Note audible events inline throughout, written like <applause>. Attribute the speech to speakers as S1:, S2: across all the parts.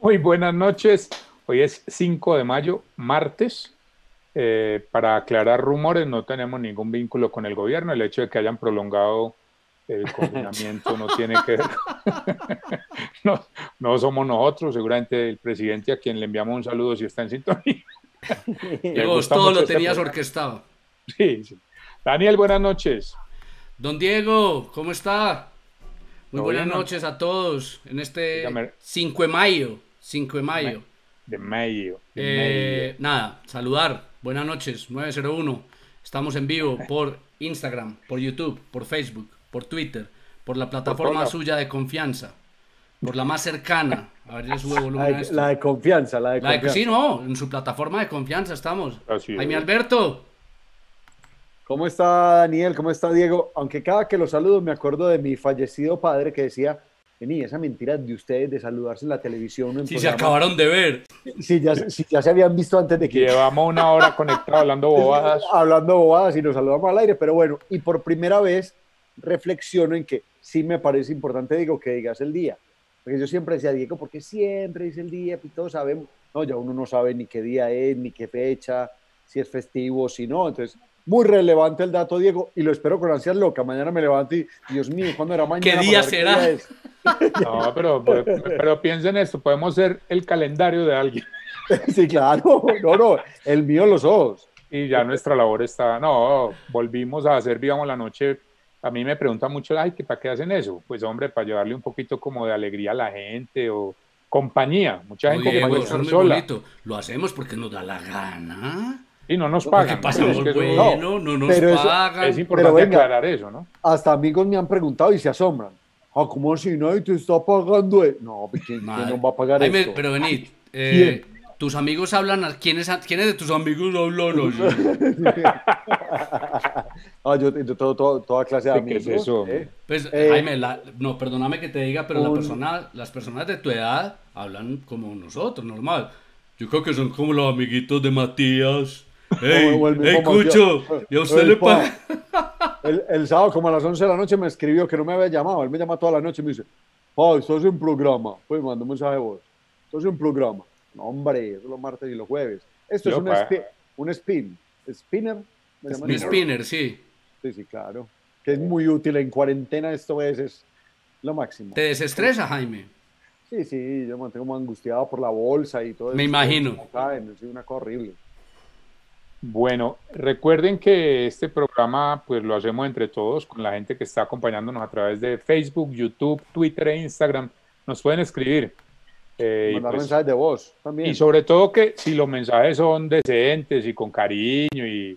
S1: Muy buenas noches. Hoy es 5 de mayo, martes. Eh, para aclarar rumores, no tenemos ningún vínculo con el gobierno. El hecho de que hayan prolongado el confinamiento no tiene que ver. <laughs> no, no somos nosotros, seguramente el presidente a quien le enviamos un saludo si está en sintonía.
S2: Diego, vos todo lo tenías este orquestado.
S1: Sí, sí. Daniel, buenas noches.
S2: Don Diego, ¿cómo está? Muy no, buenas no. noches a todos en este Dígame. 5 de mayo. 5 de mayo.
S1: De mayo. De
S2: eh, mayo. Nada, saludar. Buenas noches, 901. Estamos en <laughs> vivo por Instagram, por YouTube, por Facebook, por Twitter, por la plataforma por suya de confianza, por la más cercana. A ver, le subo volumen
S3: la, de, la de confianza, la de la confianza.
S2: De, sí, no, en su plataforma de confianza estamos. Así Jaime es. Alberto.
S3: ¿Cómo está Daniel? ¿Cómo está Diego? Aunque cada que los saludo me acuerdo de mi fallecido padre que decía, vení, esa mentira de ustedes de saludarse en la televisión. En
S2: si programa, se acabaron de ver.
S3: Si ya, si ya se habían visto antes de que...
S1: Llevamos una hora conectados hablando bobadas.
S3: hablando bobadas y nos saludamos al aire, pero bueno, y por primera vez reflexiono en que sí me parece importante, digo, que digas el día. Porque yo siempre decía, Diego, porque siempre dice el día, pues todos sabemos. No, ya uno no sabe ni qué día es, ni qué fecha, si es festivo, si no. Entonces, muy relevante el dato, Diego, y lo espero con ansias loca. Mañana me levanto y, Dios mío, ¿cuándo era mañana?
S2: ¿Qué día será? Qué día
S1: no, pero, pero, pero piensen esto, podemos ser el calendario de alguien.
S3: <laughs> sí, claro, no, no, el mío los ojos.
S1: Y ya nuestra labor está, no, volvimos a hacer Vivamos la Noche a mí me pregunta mucho, ay, ¿para qué hacen eso? Pues hombre, para llevarle un poquito como de alegría a la gente o compañía. Mucha gente
S2: Oye, pues, como estar sola. Bonito. Lo hacemos porque nos da la gana.
S1: Y no nos pagan.
S2: Pasamos ¿no? pues. Bueno, no, no nos pero pagan.
S1: Eso, es importante pero venga, aclarar eso, ¿no?
S3: Hasta amigos me han preguntado y se asombran. Ah, ¿cómo si nadie te está pagando? Eh? No, ¿quién, ¿quién nos va a pagar ay, esto?
S2: Me, pero venid, eh, tus amigos hablan, a... ¿quiénes, a... ¿quiénes de tus amigos hablan
S3: <laughs> ah, yo, yo todo, todo, toda clase de amigos.
S1: ¿Qué es eso? ¿eh?
S2: Pues, eh, Jaime, la... no, perdóname que te diga, pero un... la persona, las personas de tu edad hablan como nosotros, normal. Yo creo que son como los amiguitos de Matías. ¡Ey, hey, Cucho! ¿Y a usted el, le paga?
S3: Pues, el, el, sábado, como a las 11 de la noche, me escribió que no me había llamado. Él me llama toda la noche y me dice: Pa, estás en programa. Pues mando un mensaje de voz. Estás en programa. No, hombre, eso los martes y los jueves. Esto Yo, es un, spi un, spin. ¿Spinner?
S2: Un spinner, spinner, sí.
S3: Sí, sí, claro. Que es muy útil en cuarentena, esto es, es lo máximo.
S2: ¿Te desestresa, Jaime?
S3: Sí, sí, yo me mantengo angustiado por la bolsa y todo
S2: Me
S3: eso.
S2: imagino.
S3: Es una cosa horrible.
S1: Bueno, recuerden que este programa pues lo hacemos entre todos con la gente que está acompañándonos a través de Facebook, YouTube, Twitter e Instagram. Nos pueden escribir
S3: eh, mandar pues, mensajes de voz también.
S1: Y sobre todo que si los mensajes son decentes y con cariño y,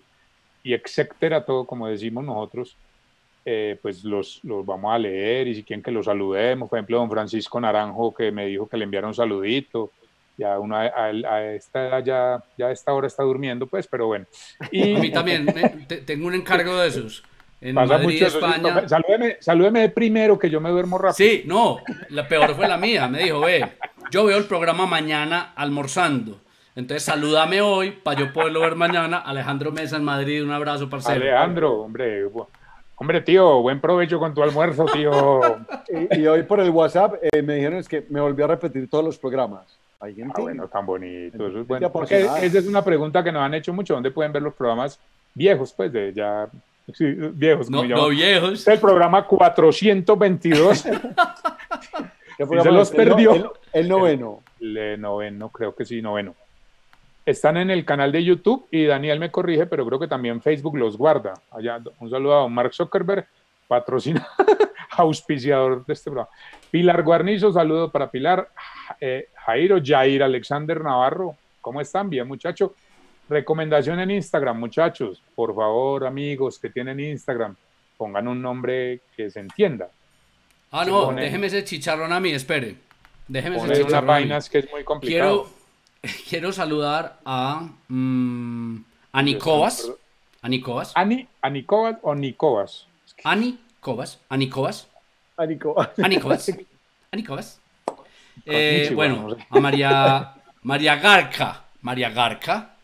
S1: y etcétera, todo como decimos nosotros, eh, pues los, los vamos a leer y si quieren que los saludemos, por ejemplo, don Francisco Naranjo que me dijo que le enviaron un saludito, ya uno a, a, a esta ya, ya a esta hora está durmiendo, pues, pero
S2: <laughs>
S1: bueno.
S2: Y... A mí también, me, te, tengo un encargo de esos. En Pasa Madrid, mucho eso, España.
S1: Sí, salúdeme, salúdeme primero que yo me duermo rápido.
S2: Sí, no, la peor fue la mía, me dijo, ve, yo veo el programa mañana almorzando. Entonces salúdame hoy para yo poderlo ver mañana. Alejandro Mesa en Madrid, un abrazo, parcero.
S1: Alejandro, hombre, hombre, tío, buen provecho con tu almuerzo, tío.
S2: <laughs>
S3: y, y hoy por el WhatsApp eh, me dijeron es que me volvió a repetir todos los programas.
S1: ¿Hay gente? Ah, bueno, tan bonito. Eso es bueno. Pues, Porque esa es una pregunta que nos han hecho mucho. ¿Dónde pueden ver los programas viejos? Pues de ya Sí, viejos.
S2: No, no viejos.
S1: El programa 422. programa se los
S3: el,
S1: perdió.
S3: El, el noveno.
S1: El, el, noveno, creo que sí, noveno. Están en el canal de YouTube y Daniel me corrige, pero creo que también Facebook los guarda. Allá, un saludo a don Mark Zuckerberg, patrocina, <laughs> auspiciador de este programa. Pilar Guarnizo, saludo para Pilar. Eh, Jairo, Jair, Alexander Navarro, ¿cómo están? Bien, muchacho. Recomendación en Instagram, muchachos. Por favor, amigos que tienen Instagram, pongan un nombre que se entienda.
S2: Ah, no, pone... déjeme ese chicharrón a mí, espere. Déjeme
S1: Poner
S2: ese
S1: unas
S2: chicharrón. a mí.
S1: vainas que es muy complicado.
S2: Pues Quiero, <laughs> quiero saludar a, mm, a Nicobas. A Nicobas.
S1: ¿Ani, ¿Anicobas o Nicobas?
S2: Ani Cobas. Ani Cobas.
S3: Ah, Nico.
S2: <laughs> Ani
S1: <laughs>
S2: Cobas. Ani Cobas. Eh,
S1: Konnichiwa,
S2: bueno,
S1: no sé.
S2: a María, María Garca. María Garca.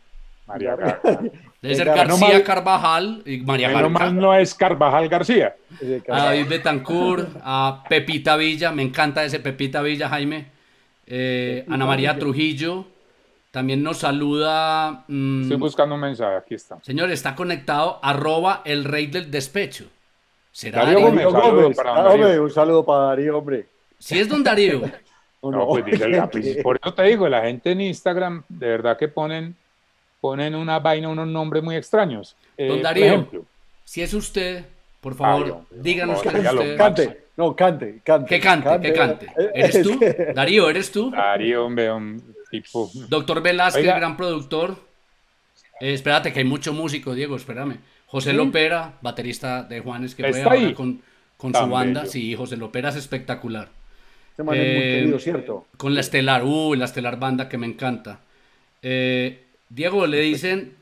S1: María
S2: <laughs>
S1: Garza.
S2: Debe ser
S3: Garca.
S2: García
S1: Menos Eh, mal-
S2: Carvajal y María
S1: Menos
S2: Garca.
S1: mal no es Carvajal García.
S3: Ese
S2: A
S3: cara.
S2: David Betancourt, a Pepita Villa, me encanta ese Pepita Villa, Jaime. Eh, Ana María Trujillo, también nos saluda. mm,
S1: Estoy buscando un mensaje, aquí está.
S2: señor, está conectado, arroba el rey del despecho. ¿Será
S1: Darío
S2: Darío?
S1: Gómez.
S3: Darío
S1: saludo
S3: Gómez.
S1: para
S3: Ah,
S1: Darío.
S3: hombre, un saludo para Darío, hombre.
S2: Si es don Darío.
S3: ¿O
S1: No, pues dice el <laughs> lápiz. Por eso te digo, la gente en Instagram, de verdad que ponen, ponen una vaina, unos nombres muy extraños. Eh,
S2: Don
S1: por
S2: Darío,
S1: ejemplo,
S2: Si es usted, por
S1: Ay,
S2: favor,
S1: hombre,
S2: díganos
S1: no,
S2: que es
S1: dígalo.
S2: usted.
S3: Cante, no, cante, cante. eh,
S2: Que cante, que cante. ¿Eres tú? Darío, ¿eres tú?
S1: Darío, hombre, un <laughs> tipo.
S2: Doctor Velázquez,
S1: Ah. Oiga.
S2: gran productor. Eh, espérate, que hay mucho músico, Diego, espérame. José Lopera, baterista de Juanes, que fue
S1: ¿Mm? Está
S2: ahora
S1: ahí.
S2: con, con su
S1: Tan
S2: banda.
S1: bello.
S2: Sí, José Lopera es espectacular.
S3: Este man es muy
S2: Eh,
S3: querido, ¿cierto?
S2: Con la Estelar, uh, la Estelar banda que me encanta. Eh, Diego, le dicen.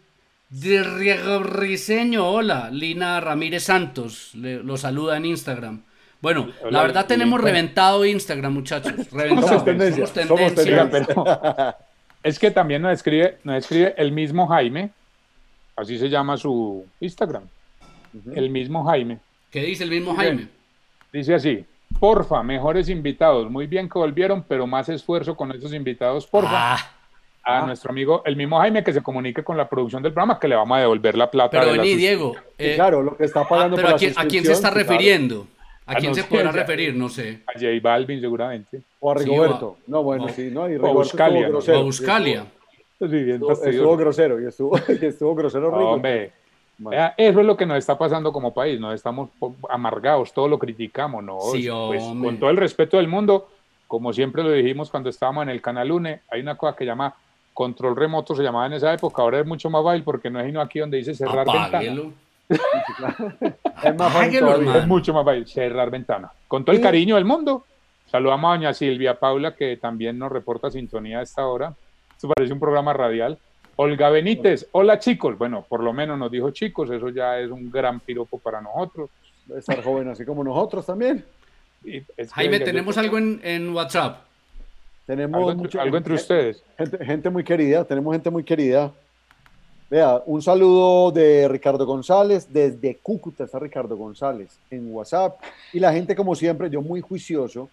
S2: Diego Riseño, hola. Lina Ramírez Santos, le- lo saluda en Instagram. Bueno, la
S1: Hola,
S2: verdad
S1: Lina.
S2: tenemos reventado Instagram,
S3: <laughs>
S2: muchachos. Reventado.
S3: tendencia,
S2: Somos
S3: somos
S2: tendencia.
S1: Oiga,
S3: tendencia.
S1: pero <laughs> es que también nos escribe, nos escribe el mismo Jaime, así se llama su Instagram. El mismo Jaime.
S2: ¿Qué dice el mismo Jaime?
S1: Dice así. Porfa, mejores invitados. Muy bien que volvieron, pero más esfuerzo con esos invitados, porfa.
S2: Ah.
S1: a nuestro amigo, el mismo Jaime, que se comunique con la producción del programa, que le vamos a devolver la plata.
S2: Pero
S1: de la
S2: vení,
S1: sus-
S2: Diego. eh,
S3: claro, lo que está pagando
S2: ah,
S3: por
S2: pero
S3: la
S2: ¿a quién, a quién se
S3: suscripción,
S2: está
S3: sí, claro.
S2: refiriendo? ¿A
S1: A
S2: quién se
S1: nosotros,
S3: <laughs>
S2: podrá
S1: ya.
S2: referir? No sé.
S1: A J Balvin, seguramente.
S3: O a
S2: Sí,
S3: Rigoberto.
S2: o
S3: no, bueno,
S2: o-
S3: sí, no, y Rigoberto
S1: Buscalia, ¿no?
S3: estuvo
S2: O
S3: grosero.
S2: a Buscalia.
S1: Estoy Pues, viviendo
S3: Estuvo, estuvo-
S1: fastidioso.
S3: estuvo grosero y estuvo, <laughs> y estuvo grosero
S1: No,
S3: Rigo.
S1: hombre.
S3: Bueno.
S1: Vea, Eso es lo que nos está pasando como país, nos estamos po- amargados, todo lo criticamos, ¿no?
S2: Sí,
S1: Pues,
S2: hombre.
S1: con todo el respeto del mundo, como siempre lo dijimos cuando estábamos en el Canal UNE, hay una cosa que llama control remoto, se llamaba en esa época, ahora es mucho más bail porque no es sino aquí donde dice
S2: Ah,
S1: cerrar ventana.
S2: Apáguelo.
S3: Es más fácil
S2: Apáguelo,
S3: todavía.
S1: Es mucho más bail, cerrar ventana. Con todo el
S3: Y-
S1: cariño del mundo, saludamos a doña Silvia Paula, que también nos reporta sintonía a esta hora. Esto parece un programa radial. Olga Benítez, hola chicos. Bueno, por lo menos nos dijo chicos, eso ya es un gran piropo para nosotros.
S3: Debe estar joven así como nosotros también.
S1: Y es que,
S2: Jaime,
S1: venga, yo
S2: ¿tenemos
S1: creo
S2: algo en, en WhatsApp?
S3: Tenemos
S1: algo,
S3: mucha
S1: entre, algo entre
S3: gente-
S1: ustedes.
S3: Gente, gente muy querida, tenemos gente muy querida. Vea, un saludo de Ricardo González, desde Cúcuta está Ricardo González en WhatsApp. Y la gente, como siempre, yo muy juicioso,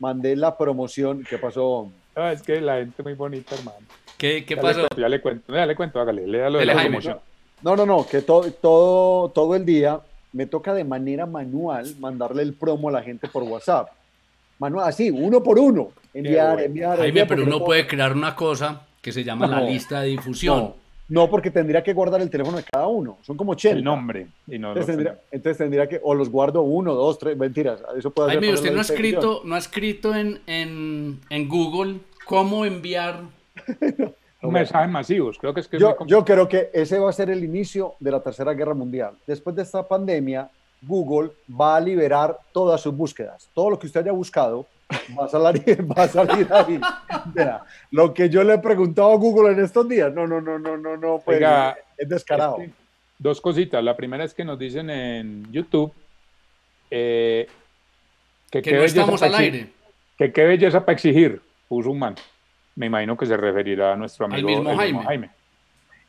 S3: mandé la promoción. ¿Qué pasó?
S1: Ah, es que la gente muy bonita, hermano.
S2: ¿Qué, qué
S1: Ya
S2: pasó?
S1: le cuento, ya le cuento, ya le cuento, hágale, le da lo de
S2: Dele,
S1: la
S2: Jaime.
S1: promoción.
S3: No, no, no, que todo todo, todo el día me toca de manera manual mandarle el promo a la gente por WhatsApp. Manual, así, uno por uno. Enviar,
S1: bueno.
S3: enviar,
S2: Jaime,
S3: enviar,
S2: pero
S3: porque
S2: uno
S3: no
S2: puede crear una cosa que se llama la
S3: No.
S2: lista de difusión.
S3: No, no, porque tendría que guardar el teléfono de cada uno. Son como 80.
S1: El nombre. Y no
S3: Entonces
S1: lo-
S3: tendría, entonces tendría que, o los guardo uno, dos, tres, mentiras. Eso puede hacer
S2: Jaime,
S3: pasar
S2: usted
S3: la
S2: no ha
S3: lista de difusión.
S2: escrito, no ha escrito en, en, en Google cómo enviar.
S1: Un mensaje masivos, creo que es que es muy
S3: Yo,
S1: complicado.
S3: yo creo que ese va a ser el inicio de la Tercera Guerra Mundial. Después de esta pandemia, Google va a liberar todas sus búsquedas. Todo lo que usted haya buscado va a salir, <laughs> va a salir ahí. Vea, lo que yo le he preguntado a Google en estos días, no, no, no, no, no, no, pues,
S1: Oiga,
S3: es descarado.
S1: Este, dos cositas. La primera es que nos dicen en YouTube eh, que,
S2: Que
S1: qué
S2: no
S1: belleza
S2: estamos
S1: pa'
S2: al
S1: exhi-
S2: aire.
S1: Que qué belleza para exigir, puso un man. Me imagino que se referirá a nuestro amigo
S2: mismo
S1: el
S2: Jaime.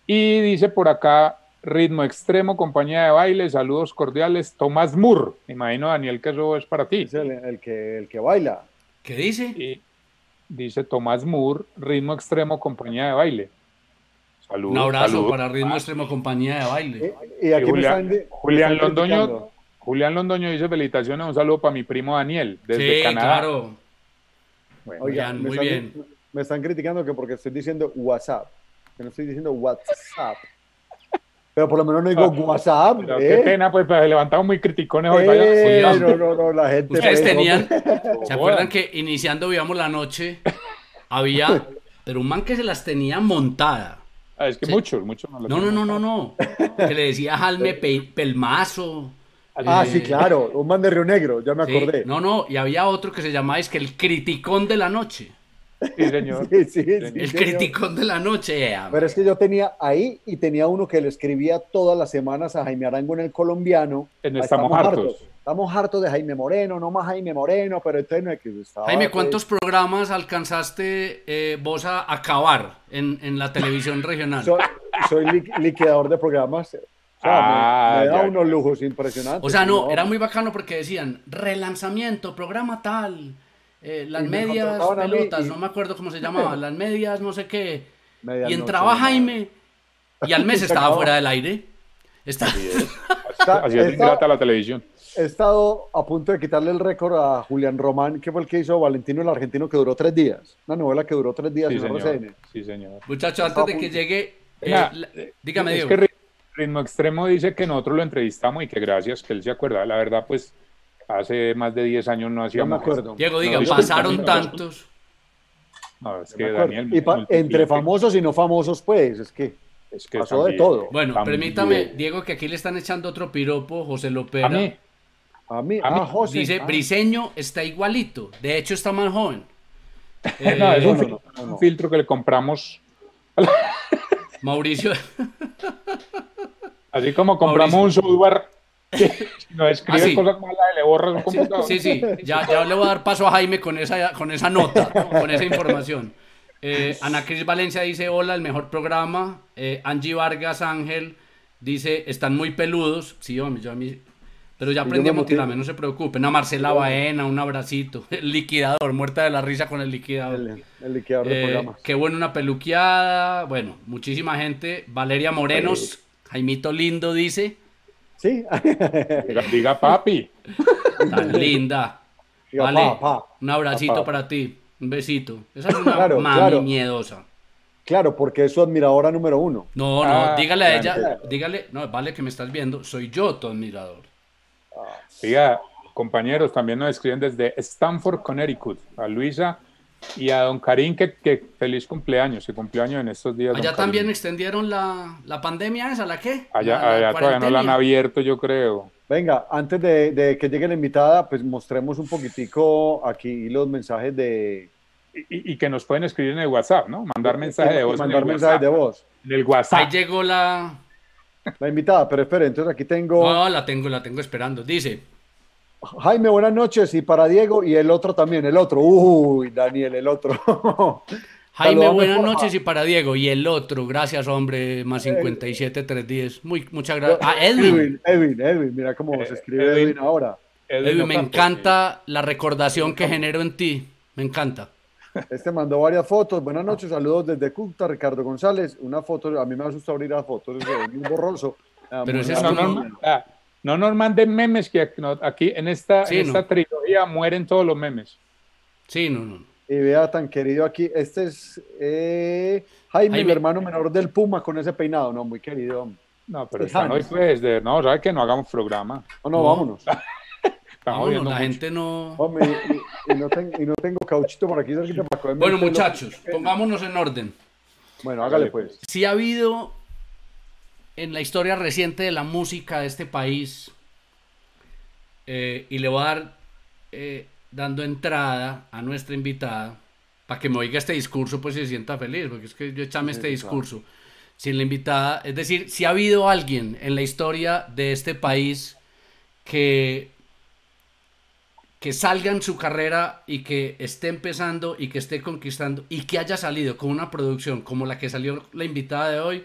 S1: Y dice por acá, ritmo extremo, compañía de baile, saludos cordiales, Tomás Moore. Me imagino, Daniel, que eso es para ti.
S3: Es el, el que, el que baila.
S2: ¿Qué dice?
S1: Y dice Tomás Moore, ritmo extremo, compañía de baile. Saludos.
S2: Un abrazo
S1: saludos.
S2: para Ritmo Extremo Compañía de Baile.
S3: Eh, Y, y aquí
S1: Y Julián-
S3: me están,
S1: Julián Londoño,
S3: Londoño.
S1: Julián Londoño dice felicitaciones, un saludo para mi primo Daniel desde
S2: sí,
S1: Canadá.
S2: claro.
S1: Bueno,
S2: Julián,
S3: Oigan, me
S2: muy
S3: están-
S2: bien.
S3: Me están criticando que porque estoy diciendo WhatsApp, que no estoy diciendo WhatsApp. Pero por lo menos no
S2: Ah,
S3: digo WhatsApp.
S1: pero
S3: ¿eh?
S1: qué pena, pues, pues, se levantaron muy criticones hoy. vaya.
S3: Eh,
S2: Julián.
S3: no, no, no, la gente.
S2: Ustedes
S3: pues, <laughs>
S2: tenían, ¿Se
S1: Joder.
S2: acuerdan que iniciando Vivamos la Noche había, pero un man que se las tenía montada?
S1: Ah, es que
S2: Sí.
S1: muchos, muchos no lo
S2: No, no,
S1: tienen.
S2: no, no, no. Que le decía Jalme Pe- Pelmazo.
S3: Ah,
S2: Eh,
S3: sí, claro, un man de Río Negro, ya me
S2: sí.
S3: acordé.
S2: No, no, y había otro que se llamaba es que el criticón de la noche.
S1: Sí, señor.
S3: Sí, sí, sí,
S2: El
S3: señor.
S2: criticón de la noche. eh,
S3: Pero es que yo tenía ahí y tenía uno que le escribía todas las semanas a Jaime Arango en el colombiano.
S1: En
S3: Ah,
S1: Estamos Hartos.
S3: Estamos hartos de Jaime Moreno, no más Jaime Moreno, pero entonces no es que estaba,
S2: Jaime,
S3: pues,
S2: ¿cuántos programas alcanzaste eh, vos a acabar en, en la
S3: <laughs>
S2: televisión regional?
S3: Soy, soy li- liquidador de programas. O sea, me-
S1: Ah,
S3: me, da
S1: ya,
S3: unos lujos impresionantes.
S2: O sea, no,
S3: ¿no?
S2: era muy bacano porque decían relanzamiento, programa tal, eh, las
S3: Y me
S2: medias
S3: contrataban a mí
S2: pelotas,
S3: y-
S2: no me acuerdo cómo se
S3: <laughs>
S2: llamaba, las medias, no sé qué. Y
S3: Medianoche,
S2: entraba
S3: ¿no?
S2: Jaime y al mes
S3: <laughs> Se
S2: estaba
S3: acabó. eh.
S2: fuera del aire. Está-
S3: Está-
S1: Así es
S3: está-
S1: grata la televisión.
S3: He estado a punto de quitarle el récord a Julián Román, que fue el que hizo Valentino el Argentino, que duró tres días. Una novela que duró tres días
S1: Sí,
S3: en
S1: señor.
S3: RCN.
S1: Sí, señor.
S2: Muchacho, antes de que llegue, eh,
S1: Venga,
S2: la- dígame,
S1: es
S2: Diego.
S1: que Ri- Ritmo Extremo dice que nosotros lo entrevistamos y que gracias, que él se acuerda. La verdad, pues hace más de 10 años no
S3: Yo
S1: hacíamos.
S3: me acuerdo.
S2: Diego, diga,
S1: No, yo-
S2: pasaron
S1: no,
S2: tantos.
S1: No, es
S3: Me
S1: que
S3: acuerdo.
S1: Daniel.
S3: y pa- entre
S1: multiplique.
S3: famosos y no famosos, pues, es que
S1: Es que
S3: pasó de
S1: también-
S3: todo.
S2: Bueno,
S1: También.
S2: permítame, Diego, que aquí le están echando otro piropo, José Lopera.
S1: A mí,
S3: A mí,
S1: A mí-
S3: ah, José.
S2: Dice,
S3: ah,
S2: Briseño está igualito, de hecho está más joven. Eh,
S1: <laughs> no, es un,
S3: no,
S1: filtro,
S3: no, no, no.
S1: un filtro que le compramos.
S2: Mauricio,
S1: Así como compramos un software <laughs> que nos escribe
S2: Ah, sí.
S1: cosas malas y le borra el computador.
S2: sí, sí, ya, ya le voy a dar paso a Jaime con esa, con esa nota, con esa información. Eh, Ana Cris Valencia dice, hola, el mejor programa. Eh, Angie Vargas Ángel dice, están muy peludos. Sí, hombre, yo a mí... Pero ya
S3: yo me
S2: aprendí a
S3: motivo.
S2: motilarme, no se preocupen. A Marcela Baena, un abracito. <laughs> El liquidador, muerta de la risa con el liquidador.
S3: el, el liquidador de
S2: Eh,
S3: programas.
S2: qué bueno una peluqueada. Bueno, muchísima gente. Valeria Morenos, Jaimito Lindo dice.
S3: Sí. <laughs>
S1: Diga, diga, papi.
S2: Tan linda.
S3: Diga,
S2: Vale,
S3: pa, pa,
S2: un abracito
S3: pa, pa.
S2: para ti. Un besito. Esa es una
S3: Claro,
S2: mami
S3: claro.
S2: miedosa.
S3: claro, porque es su admiradora número uno.
S2: No,
S1: Ah,
S2: no, dígale a ella,
S1: claro,
S2: dígale, no, vale que me estás viendo, soy yo tu admirador.
S1: Diga, compañeros, también nos escriben desde Stanford, Connecticut, a Luisa y a don Karim, que, que feliz cumpleaños, que cumpleaños en estos días. don
S2: Allá
S1: Karim.
S2: también extendieron la, la pandemia esa, ¿la qué?
S1: Allá,
S2: La- la
S1: allá todavía no la han
S2: cuarentena.
S1: abierto, yo creo.
S3: Venga, antes de, de que llegue la invitada, pues mostremos un poquitico aquí los mensajes de...
S1: Y, y que nos pueden escribir en el WhatsApp, ¿no?
S2: Eh,
S1: Mandar mensaje de voz.
S3: Mandar
S1: en el
S3: mensajes de
S1: WhatsApp.
S3: voz.
S1: En el
S2: Ahí
S1: WhatsApp.
S2: llegó la...
S3: La invitada, pero espere, entonces aquí tengo...
S2: No, la tengo, la tengo esperando. Dice,
S3: Jaime, buenas noches. Y para Diego y el otro también, el otro. Uy, Daniel, el otro. <laughs>
S2: Jaime,
S3: Saludame,
S2: buenas
S3: porfa.
S2: noches y para Diego. Y el otro, gracias hombre, más 57, 310. Muy, muchas gracias. Ah, Edwin.
S3: Eh. Edwin, Edwin, Edwin, mira cómo se escribe Edwin,
S1: Eh, Edwin. <laughs>
S3: ahora.
S2: Edwin, me
S1: Ocampo,
S2: encanta la recordación que genero en ti. Me encanta.
S3: Este mandó varias fotos. Buenas noches, saludos desde Cúcuta, Ricardo González. Una foto, a mí me asusta abrir las fotos, es muy borroso. Ah,
S2: Pero
S3: muy
S2: ese
S1: sí.
S2: es
S1: No,
S3: raro.
S1: no,
S2: como-
S1: no, ah, no nos manden memes, que aquí- no, aquí en esta,
S2: Sí,
S1: en esta
S2: no.
S1: trilogía mueren todos los memes.
S2: Sí, no, no.
S3: Y vea tan querido aquí. Este es eh, Jaime, el
S2: Jaime.
S3: hermano menor del Puma, con ese peinado. No, muy querido. hombre.
S1: No, pero
S3: Sí,
S1: están hoy
S3: James.
S1: pues de, no, ¿sabes que No hagamos programa.
S3: Oh, No, no,
S2: No.
S3: vámonos.
S1: Estamos
S2: Vámonos,
S1: viendo
S2: la
S1: mucho.
S2: gente no.
S3: Hombre, y, y no ten- y no tengo cauchito por aquí cerquita para comerme
S2: Bueno,
S3: el pelo.
S2: muchachos,
S1: eh,
S2: pongámonos en orden.
S3: Bueno, hágale pues.
S2: Si ha habido en la historia reciente de la música de este país, eh, y le voy a dar eh, dando entrada a nuestra invitada, para que me oiga este discurso, pues se sienta feliz, porque es que yo echame este discurso. Sin la invitada, es decir, si ha habido alguien en la historia de este país que que salga en su carrera y que esté empezando y que esté conquistando y que haya salido con una producción como la que salió la invitada de hoy,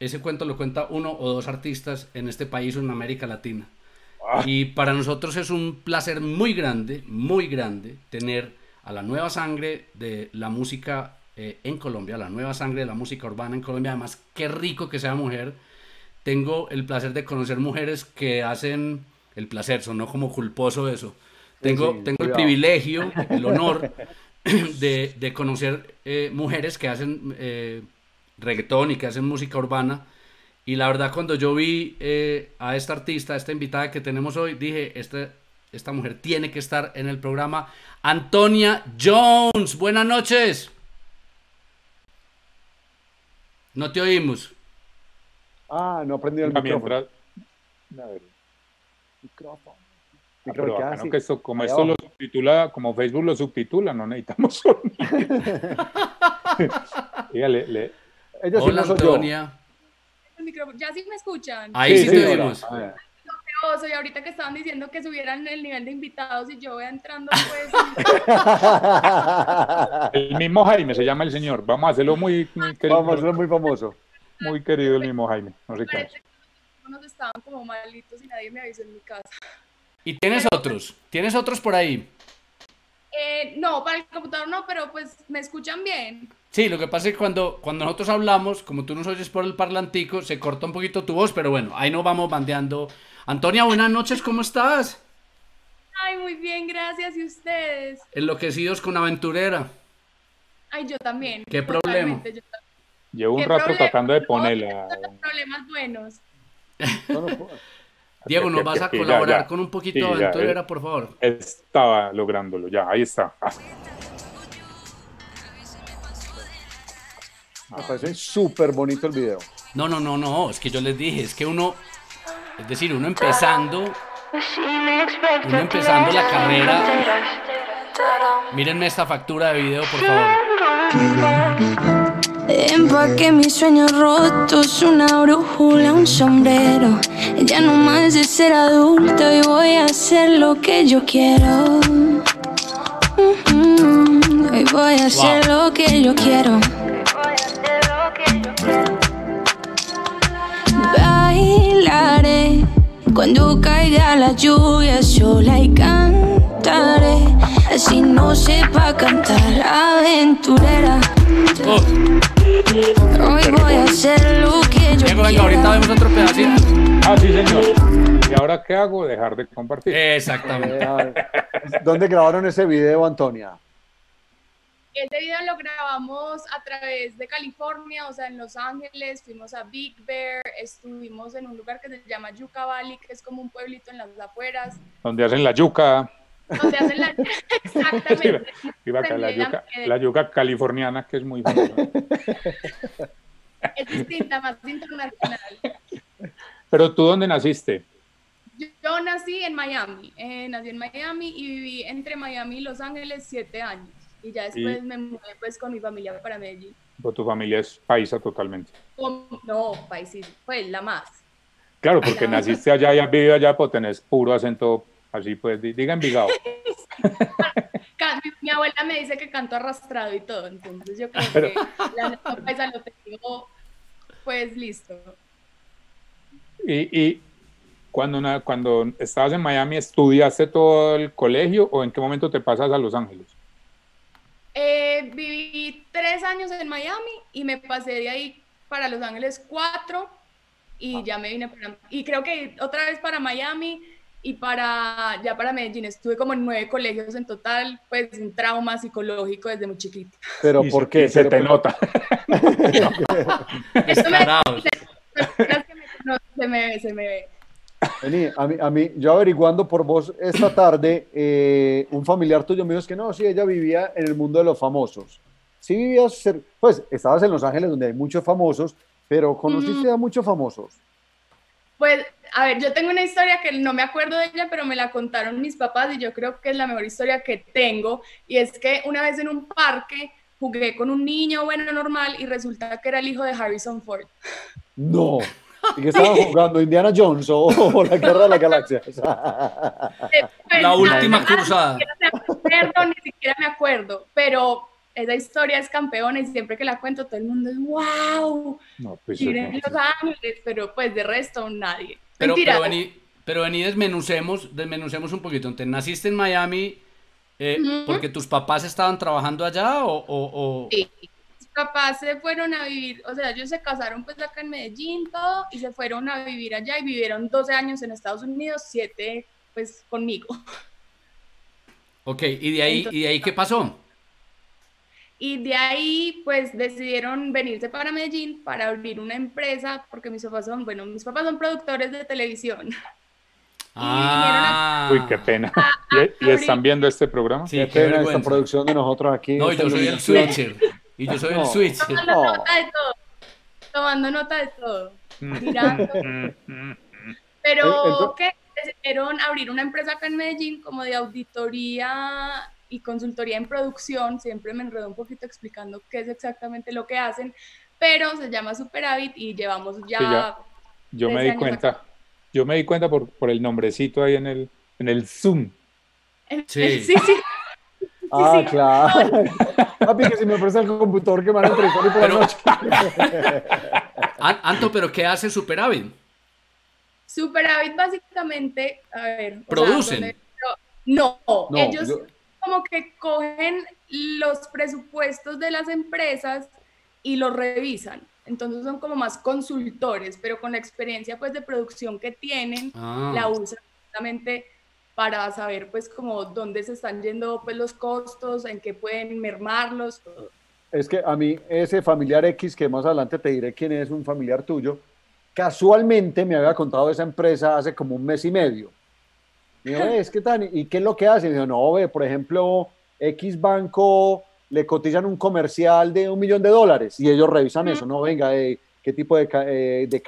S2: ese cuento lo cuenta uno o dos artistas en este país o en América Latina.
S3: Ah.
S2: Y para nosotros es un placer muy grande, muy grande, tener a la nueva sangre de la música eh, en Colombia, la nueva sangre de la música urbana en Colombia. Además, qué rico que sea mujer. Tengo el placer de conocer mujeres que hacen el placer, sonó como culposo eso. Tengo,
S3: Sí, sí,
S2: tengo el
S3: cuidado.
S2: privilegio, el
S3: <laughs>
S2: honor de, de conocer eh, mujeres que hacen eh, reggaetón y que hacen música urbana. Y la verdad, cuando yo vi eh, a esta artista, a esta invitada que tenemos hoy, dije, este- esta mujer tiene que estar en el programa. Antonia Jones, buenas noches. No te oímos.
S3: Ah, no aprendió el
S1: Ah,
S3: micrófono.
S1: mientras- A ver.
S3: Micrófono.
S1: Ah,
S3: Micrófono,
S1: pero
S3: ¿qué
S1: bacano
S3: hace?
S1: que esto- como
S3: Ahí
S1: esto lo
S3: abajo.
S1: subtitula, como Facebook lo subtitula, no necesitamos
S2: <laughs>
S1: sonido. Diga, le- le-
S3: Ella sí
S2: Hola,
S3: no soy yo.
S2: Antonia.
S4: el micrófono. Ya sí me escuchan.
S2: Ahí sí,
S1: sí,
S2: te
S1: hola.
S2: oímos.
S3: Ah,
S4: Pero soy ahorita que estaban diciendo que subieran el nivel de invitados y yo voy entrando pues.
S3: Ah,
S1: el mismo Jaime se llama el señor. Vamos a hacerlo muy, muy querido.
S3: <laughs> Vamos, es muy famoso.
S1: Muy querido el mismo Jaime. No sé qué hace.
S4: parece que unos estaban como malitos y nadie me avisó en mi casa.
S2: Y tienes otros, tienes otros por ahí.
S4: Eh, no, para el computador no, pero pues me escuchan bien.
S2: Sí, lo que pasa es que cuando, cuando nosotros hablamos, como tú nos oyes por el parlantico, se corta un poquito tu voz, pero bueno, ahí nos vamos bandeando. Antonia, buenas noches, ¿cómo estás?
S4: Ay, muy bien, gracias. ¿Y ustedes?
S2: Enloquecidos con aventurera.
S4: Ay, yo también.
S2: ¿Qué problema?
S4: totalmente, yo también.
S1: Llevo un
S4: ¿Qué
S1: rato
S4: problema?
S1: tratando de
S4: No,
S1: ponerla.
S4: estos son Problemas buenos.
S3: Bueno, pues,
S2: Diego, ¿nos vas a
S1: Ya, ya,
S2: colaborar
S1: ya.
S2: con un poquito
S1: Sí,
S2: de
S1: ya,
S2: aventurera,
S1: eh.
S2: por favor?
S1: Estaba lográndolo, ya, ahí está. Ah,
S3: me parece súper bonito el video.
S2: No, no, no, no, es que yo les dije, es que uno, es decir, uno empezando, uno empezando la carrera, mírenme esta factura de video, por favor.
S5: Empaque mis sueños rotos, una brújula, un sombrero. Ya no más de ser adulto y voy a hacer lo que yo quiero. Mm, Hoy voy a hacer lo que yo quiero. Bailaré cuando caiga la lluvia sola y cantaré. Así no sepa cantar, aventurera.
S2: Oh,
S5: Hoy voy a hacer lo que yo
S2: Diego, venga,
S5: quiera.
S2: ahorita vemos otro pedacito.
S1: Ah, sí, señor. ¿Y ahora qué hago? Dejar de compartir.
S2: Exactamente.
S3: Eh, a ver, ¿Dónde grabaron ese video, Antonia?
S4: Este video lo grabamos a través de California, o sea, en Los Ángeles, fuimos a Big Bear, estuvimos en un lugar que se llama Yucca Valley, que es como un pueblito en las afueras,
S1: Donde hacen la yuca.
S4: donde hacen la... Exactamente.
S1: Iba acá, la,
S4: Terminan
S1: yuca
S4: que-
S1: la yuca californiana, que es muy famosa.
S4: Es distinta, más internacional.
S1: Pero tú, ¿dónde naciste?
S4: Yo, yo nací en Miami, eh, nací en Miami y viví entre Miami y Los Ángeles siete años. Y ya después
S1: Y-
S4: me mudé pues con mi familia para Medellín.
S1: Pues tu familia es paisa totalmente.
S4: Con- No, país, pues la más.
S1: Claro, porque naciste allá y has vivido allá, pues tenés puro acento así, pues, di- diga Envigado.
S4: Ca- mi, mi abuela me dice que canto arrastrado y todo, entonces yo creo
S1: Pero-
S4: que la nota paisa lo tengo, pues listo.
S1: Y, y cuando, na- cuando estabas en Miami, ¿estudiaste todo el colegio o en qué momento te pasas a Los Ángeles?
S4: Eh, viví tres años en Miami y me pasé de ahí para Los Ángeles cuatro y ya me vine para, y creo que otra vez para Miami y para, ya para Medellín. Estuve como en nueve colegios en total, pues un trauma psicológico desde muy chiquita.
S3: Pero
S1: Y se-
S3: ¿por qué?
S1: y se
S3: Pero-
S1: te
S3: pero-
S1: nota.
S4: Eso me-
S2: Descarados.
S4: personas que me conocen, se me ve, se me ve.
S3: Vení, a mí, a mí, yo averiguando por vos esta tarde, eh, un familiar tuyo me dijo es que no, sí, ella vivía en el mundo de los famosos. Sí vivías, cer- pues estabas en Los Ángeles donde hay muchos famosos, pero conociste a muchos famosos.
S4: Pues, a ver, yo tengo una historia que no me acuerdo de ella, pero me la contaron mis papás y yo creo que es la mejor historia que tengo. Y es que una vez en un parque jugué con un niño bueno, normal, y resulta que era el hijo de Harrison Ford. <laughs>
S3: No. Y que estaban jugando Indiana Jones o, o la Guerra de las Galaxias.
S4: Pues,
S2: La última cruzada.
S4: Ah, Perdón, ni siquiera me acuerdo, pero esa historia es campeona y siempre que la cuento todo el mundo es wow,
S1: No, pues,
S4: miren
S1: no.
S4: Los Ángeles, pero pues de resto nadie.
S2: Pero,
S4: Mentira,
S2: pero, vení, pero vení, desmenucemos, desmenucemos un poquito. Entonces, ¿naciste en Miami eh,
S4: Ujú.
S2: porque tus papás estaban trabajando allá o...? o- o-
S4: Sí. Mis papás se fueron a vivir, o sea, ellos se casaron pues acá en Medellín, todo, y se fueron a vivir allá y vivieron 12 años en Estados Unidos, 7 pues conmigo.
S2: Ok, ¿y de ahí,
S4: Entonces-
S2: ¿y de ahí qué pasó?
S4: Y de ahí pues decidieron venirse para Medellín para abrir una empresa, porque mis papás son, bueno, mis papás son productores de televisión.
S2: Ah,
S1: Uy, qué pena. ¿Y, y están viendo este programa?
S2: Sí,
S3: Qué
S2: qué
S3: pena esta
S2: vergüenza.
S3: producción de nosotros aquí. Este,
S2: No,
S3: <laughs> esta
S2: yo soy el
S3: iluminación.
S2: switcher. Y yo soy el
S3: No.
S2: switcher.
S4: Toman la
S3: No.
S4: nota de todo. tomando nota de todo,
S1: Mm,
S4: mirando. Pero que decidieron abrir una empresa acá en Medellín como de auditoría y consultoría en producción. Siempre me enredo un poquito explicando qué es exactamente lo que hacen, pero se llama Superávit y llevamos ya.
S1: Sí, ya. Yo me di cuenta, acá. yo me di cuenta por, por el nombrecito ahí en el, en el Zoom.
S2: Sí.
S4: <laughs> sí, sí.
S3: Ah,
S4: sí.
S3: claro.
S4: <laughs>
S3: Papi, que si me prestas el computador que me van a entrevistar hoy por la
S2: Pero-
S3: noche.
S2: An- Anto, pero ¿qué hace Superávit?
S4: Superávit básicamente, a ver, o sea,
S2: Producen.
S4: donde- pero- no,
S3: No,
S4: ellos
S3: yo-
S4: como que cogen los presupuestos de las empresas y los revisan. Entonces son como más consultores, pero con la experiencia pues de producción que tienen,
S2: Ah.
S4: la usan justamente para saber pues como dónde se están yendo pues los costos, en qué pueden mermarlos. todo.
S3: Es que a mí ese familiar X, que más adelante te diré quién es, un familiar tuyo, casualmente me había contado de esa empresa hace como un mes y medio. Me dijo, "Eh, es que tan, ¿y qué es lo que hacen? Y yo, no, ve, por ejemplo, X banco le cotizan un comercial de un millón de dólares y ellos revisan eso, no, venga, eh, qué tipo de, ca- eh, de
S2: Ah, qué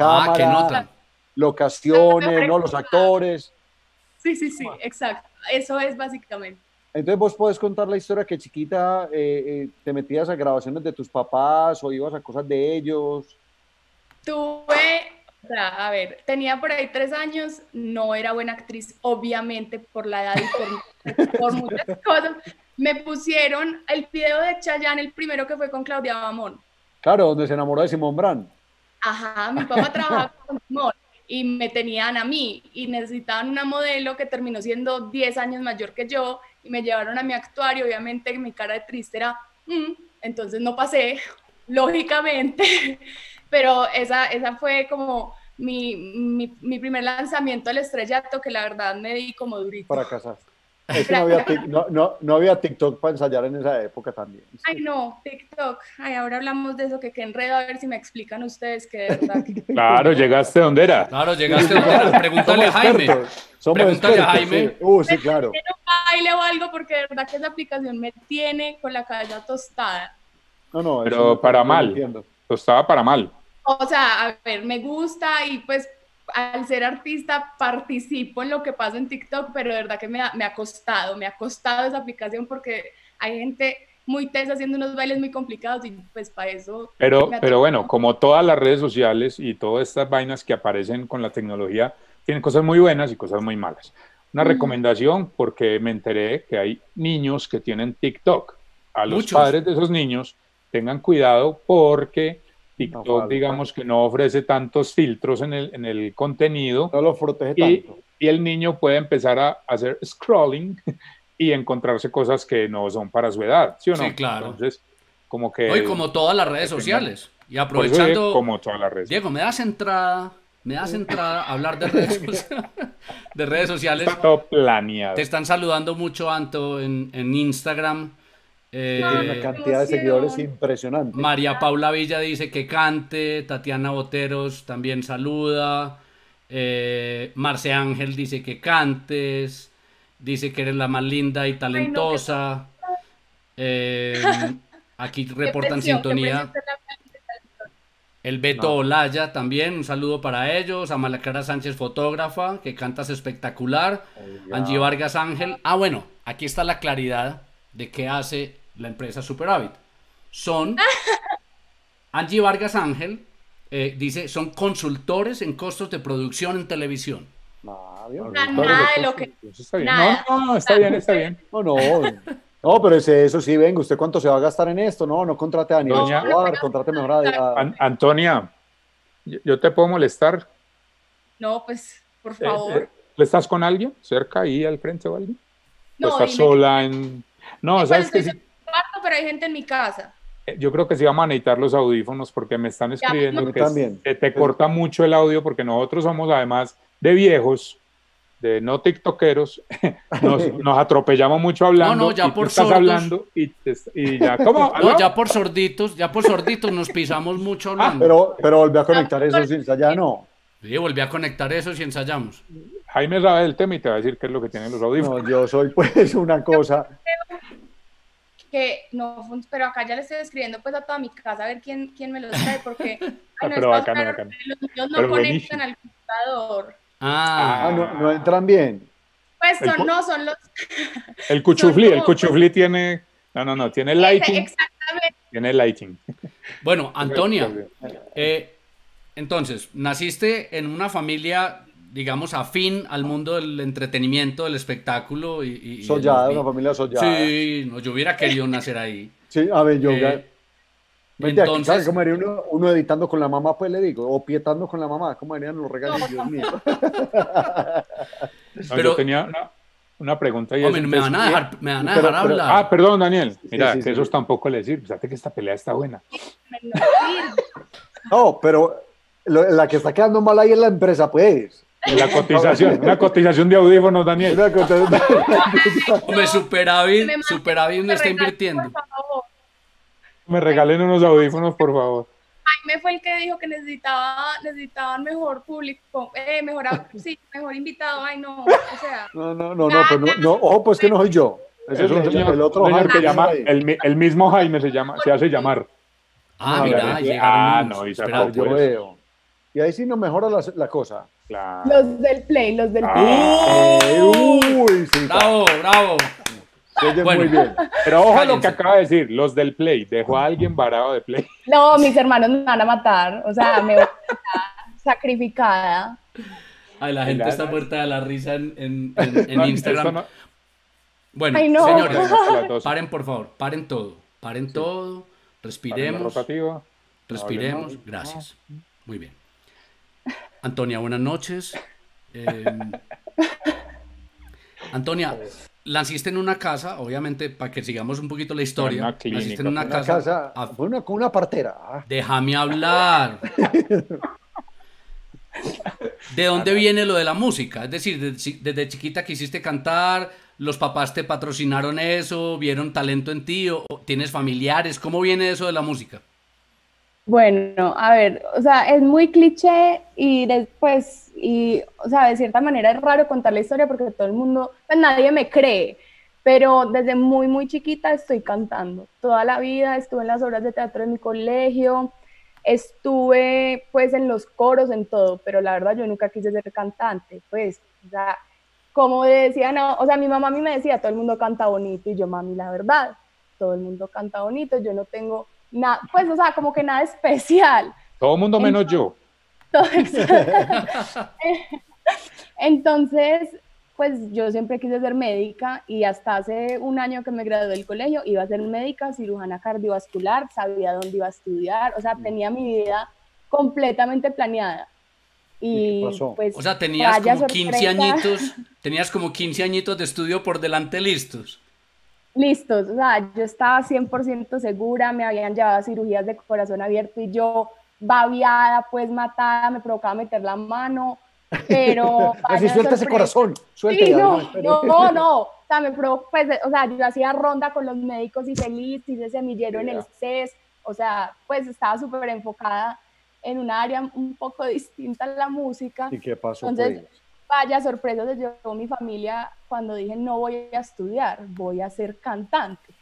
S3: cámara,
S2: nota.
S3: locaciones, no, los actores.
S4: Sí, sí, sí, exacto. Eso es básicamente.
S3: Entonces vos podés contar la historia que chiquita eh, eh, te metías a grabaciones de tus papás o ibas a cosas de ellos.
S4: Tuve, o sea, a ver, tenía por ahí tres años, no era buena actriz, obviamente, por la edad y por, por muchas cosas. Me pusieron el video de Chayanne, el primero que fue con Claudia Bamón.
S3: Claro, donde se enamoró de Simón Brand.
S4: Ajá, mi papá trabajaba con Simón y me tenían a mí y necesitaban una modelo que terminó siendo 10 años mayor que yo y me llevaron a mi actuario, obviamente mi cara de triste era, "Mm", entonces no pasé, <laughs> lógicamente, <laughs> pero esa, esa fue como mi, mi, mi primer lanzamiento al estrellato que la verdad me di como durito.
S3: para casar. Es que no había, tic- no, no- no había TikTok para ensayar en esa época también.
S4: Ay no, TikTok, ay ahora hablamos de eso, que qué enredo, a ver si me explican ustedes que de verdad... que-
S1: Claro, llegaste donde era.
S2: Claro, llegaste a Pregúntale a Jaime.
S3: Somos
S2: Pregúntale a
S3: expertos,
S2: Jaime.
S3: sí. Uh, sí, claro.
S4: en un baile o algo, porque de verdad que esa aplicación me tiene con la cabeza tostada.
S3: No, no, eso
S1: Pero
S3: no-
S1: para
S3: no
S1: mal.
S3: entiendo.
S1: Lo estaba para mal.
S4: O sea, a ver, me gusta y pues al ser artista participo en lo que pasa en TikTok, pero de verdad que me ha, me ha costado, me ha costado esa aplicación porque hay gente muy tensa haciendo unos bailes muy complicados y pues para eso...
S1: Pero,
S4: me ha
S1: pero bueno,
S4: tocado.
S1: como todas las redes sociales y todas estas vainas que aparecen con la tecnología, tienen cosas muy buenas y cosas muy malas. Una
S4: Ujú.
S1: recomendación, porque me enteré que hay niños que tienen TikTok. A los
S2: Muchos.
S1: padres de esos niños, tengan cuidado porque TikTok,
S3: vale.
S1: digamos que no ofrece tantos filtros en el, en el contenido
S3: No lo protege
S1: Y-
S3: tanto.
S1: y el niño puede empezar a hacer scrolling <laughs> y encontrarse cosas que no son para su edad, ¿sí o no?
S2: Sí, claro.
S1: Entonces, como que...
S2: Hoy como todas las redes
S1: tengan-
S2: sociales.
S1: por eso
S2: Y
S1: digo,
S2: aprovechando,
S1: como todas las redes.
S2: Diego, me das entrada, me das entrada a hablar de redes, <laughs> socia- de redes sociales.
S1: Está todo planeado.
S2: Te están saludando mucho, Anto, en, en Instagram. Eh,
S3: Tiene una cantidad de
S4: emoción.
S3: seguidores impresionante.
S2: María Paula Villa dice que cante, Tatiana Boteros también saluda, eh, Marce Ángel dice que cantes, dice que eres la más linda y talentosa.
S4: <laughs>
S2: Eh, aquí
S4: Qué
S2: reportan
S4: presión, qué
S2: sintonía.
S4: presión ser la-
S2: El Beto Olaya también, un saludo para ellos. A Malacara Sánchez, fotógrafa, que cantas espectacular. Angie Vargas Ángel. Ah, bueno, aquí está la claridad de qué hace la empresa Superávit.
S3: <laughs>
S2: Son. Angie Vargas Ángel eh, dice: son consultores en costos de producción en televisión.
S3: No, Ah, Dios.
S4: sea, nada de lo que-
S1: Eso pues, está bien.
S4: nada.
S1: No, no, está bien, está
S4: <laughs>
S1: bien.
S3: No, no. No, pero ese- eso sí, venga, ¿usted cuánto se va a gastar en esto? No, no contrate a Daniel
S1: Doña-
S3: Escobar, contrate mejor a... a-
S1: An- Antonia, yo- yo te puedo molestar.
S4: No, pues, por
S1: Eh, eh,
S4: favor.
S1: ¿Estás con alguien? ¿Cerca ahí al frente o alguien? ¿O
S4: No,
S1: estás
S4: dime.
S1: sola en...? No,
S4: Igual
S1: sabes que
S4: estoy en mi cuarto, pero hay gente en mi casa.
S1: Eh, yo creo que sí vamos a necesitar los audífonos porque me están escribiendo
S3: Yo
S1: que
S3: también.
S1: se te corta mucho el audio porque nosotros somos además de viejos, de no tiktokeros, <laughs>
S3: <laughs>
S1: nos, nos atropellamos mucho hablando
S2: No, no, ya
S1: y tú
S2: por
S1: estás
S2: sordos.
S1: hablando y, te- y
S3: <laughs>
S1: ya, ¿cómo?
S3: ¿Ah,
S2: No,
S1: ¿Aló?
S2: ya por sorditos, ya por sorditos nos pisamos mucho hablando.
S3: Ah, Pero, pero volví a conectar eso sin ya no.
S2: Sí, volví a conectar eso y ensayamos.
S1: Jaime sabe
S3: <laughs>
S1: del tema y te va a decir qué es lo que tienen los audífonos.
S3: No, yo soy pues una cosa.
S6: que no fun- pero acá ya le estoy escribiendo pues a toda mi casa a ver quién, quién me los trae,
S1: <laughs>
S6: porque ay, no
S1: Pero
S6: está
S1: bacano,
S6: claro,
S1: bacano.
S6: los míos no
S1: Pero
S6: conectan
S1: buenísimo.
S6: al computador.
S2: Ah,
S3: Ah, no, no entran bien.
S6: Pues
S1: El
S6: son,
S1: po-
S6: no, son los
S1: El cuchuflí, el
S6: como-
S1: cuchuflí tiene. No, no, no, tiene lighting.
S6: exactamente.
S1: Tiene lighting.
S2: bueno, Antonia, eh, entonces, naciste en una familia, digamos, afín al mundo del entretenimiento, del espectáculo y... y- y
S3: Sollada,
S2: del-
S3: una familia sollada. Sí.
S2: Sí, no, yo hubiera querido nacer ahí.
S3: a ver, <laughs> yo.
S2: Eh,
S3: vente aquí, ¿sabes
S2: entonces,
S3: cómo haría uno, uno editando con la mamá, pues le digo, o pietando con la mamá, ¿cómo harían los regalos?
S6: No,
S3: Dios mío.
S1: No,
S2: pero-
S1: yo tenía una, una pregunta. Y
S2: hombre,
S1: es,
S2: me van a
S1: entonces,
S2: dejar, me van a
S3: Pero-
S2: dejar
S3: pero-
S2: hablar.
S1: Ah, perdón, Daniel. Mira,
S3: sí,
S1: que
S3: sí.
S1: esos tampoco le decir. Fíjate que esta pelea está buena.
S6: No,
S3: No, pero lo- la que está quedando mal ahí es la empresa, pues.
S1: La cotización, una cotización de audífonos, Daniel.
S3: Una cosa-
S2: Hombre, superávit,
S6: me manda-
S2: superávit no
S6: me
S2: está
S6: regalan,
S2: invirtiendo.
S6: Por favor.
S1: Me regalen unos audífonos, por favor.
S6: Jaime fue el que dijo que necesitaba, necesitaban mejor público, eh, mejor,
S1: <laughs>
S6: a- sí, mejor invitado, ay no, o sea,
S3: <laughs> No, no, no, no, pues no, no, ojo, pues que no soy yo.
S1: Es
S3: Ese
S1: un
S3: el-
S1: señor,
S3: el otro
S1: un señor
S3: Jaime
S1: que llama,
S3: ahí.
S1: el, mi- el mismo Jaime se llama, se hace llamar.
S2: Ah,
S3: No,
S2: mira,
S1: la-
S2: llegaron
S1: ah,
S2: unos
S1: no, y
S2: superavi-
S1: sacó-
S3: Yo
S1: pues.
S3: veo. Y ahí sí no mejora la, la cosa.
S1: Claro. Ah,
S4: Los del play, los del play.
S3: Eh, uy, sí,
S2: Bravo, bravo.
S3: se oye
S2: Bueno.
S3: muy bien.
S1: Pero ojo a lo que
S2: Cállense.
S1: acaba de decir, los del Play, dejó a alguien varado de Play.
S4: No, mis hermanos me van a matar. O sea, me voy a matar sacrificada.
S2: Ay, la gente
S1: Mira,
S2: está
S1: no.
S2: muerta de la risa en, en- en-
S1: <laughs>
S2: en
S1: No,
S2: Instagram.
S1: eso no-
S2: Bueno,
S4: Ay,
S1: <laughs>
S4: no.
S2: señores,
S1: Señores,
S2: paren por favor, paren todo, paren todo, respiremos,
S1: Rotativo.
S2: respiremos,
S1: hablemos.
S2: gracias. Muy bien. Antonia, buenas noches. Eh,
S1: <laughs>
S2: Antonia, naciste en una casa, obviamente, para que sigamos un poquito la historia.
S1: una
S2: Naciste en
S1: clínica,
S2: una,
S3: Una
S2: casa,
S3: casa,
S1: ah.
S2: af-
S3: fue una, con una partera. ah.
S2: Déjame hablar. ¿De dónde viene lo de la música? Es decir, de- si- desde chiquita quisiste cantar, los papás te patrocinaron eso, vieron talento en ti, o o tienes familiares. ¿Cómo viene eso de la música?
S4: Bueno, a ver, o sea, es muy cliché y después, y, o sea, de cierta manera es raro contar la historia porque todo el mundo, pues nadie me cree, pero desde muy, muy chiquita estoy cantando. Toda la vida estuve en las obras de teatro de mi colegio, estuve pues en los coros, en todo, pero la verdad yo nunca quise ser cantante, pues, o sea, como decían, a- o sea, mi mamá a mí me decía, todo el mundo canta bonito y yo, mami, la verdad, todo el mundo canta bonito, yo no tengo nada, pues, o sea, como que nada especial. <laughs>
S1: Todo mundo menos yo.
S4: Entonces, pues yo siempre quise ser médica y hasta hace un año que me gradué del colegio iba a ser médica, cirujana cardiovascular, sabía dónde iba a estudiar, o
S3: Mm.
S4: sea, tenía mi vida completamente planeada.
S3: ¿Y
S4: Y,
S3: qué pasó?
S4: pues
S2: O sea, tenías
S4: vaya
S2: como 15
S4: sorpresa.
S2: añitos, tenías como 15 añitos de estudio por delante listos.
S4: listos, o sea, yo estaba 100% segura, me habían llevado a cirugías de corazón abierto y yo babiada, pues matada, me provocaba meter la mano, pero...
S3: <laughs> Así
S4: vaya
S3: suelta ese
S4: sorpresa.
S3: corazón, suelta.
S4: Sí,
S3: ya,
S4: no,
S3: no, espere.
S4: no, no, o sea, me provo- pues, o sea, yo hacía ronda con los médicos y feliz, hice semillero en el CES, o sea, pues estaba súper enfocada en un área un poco distinta a la música.
S3: ¿Y qué pasó?
S4: Entonces,
S3: pues?
S4: vaya sorpresa se llevó mi familia cuando dije no voy a estudiar, voy a ser cantante.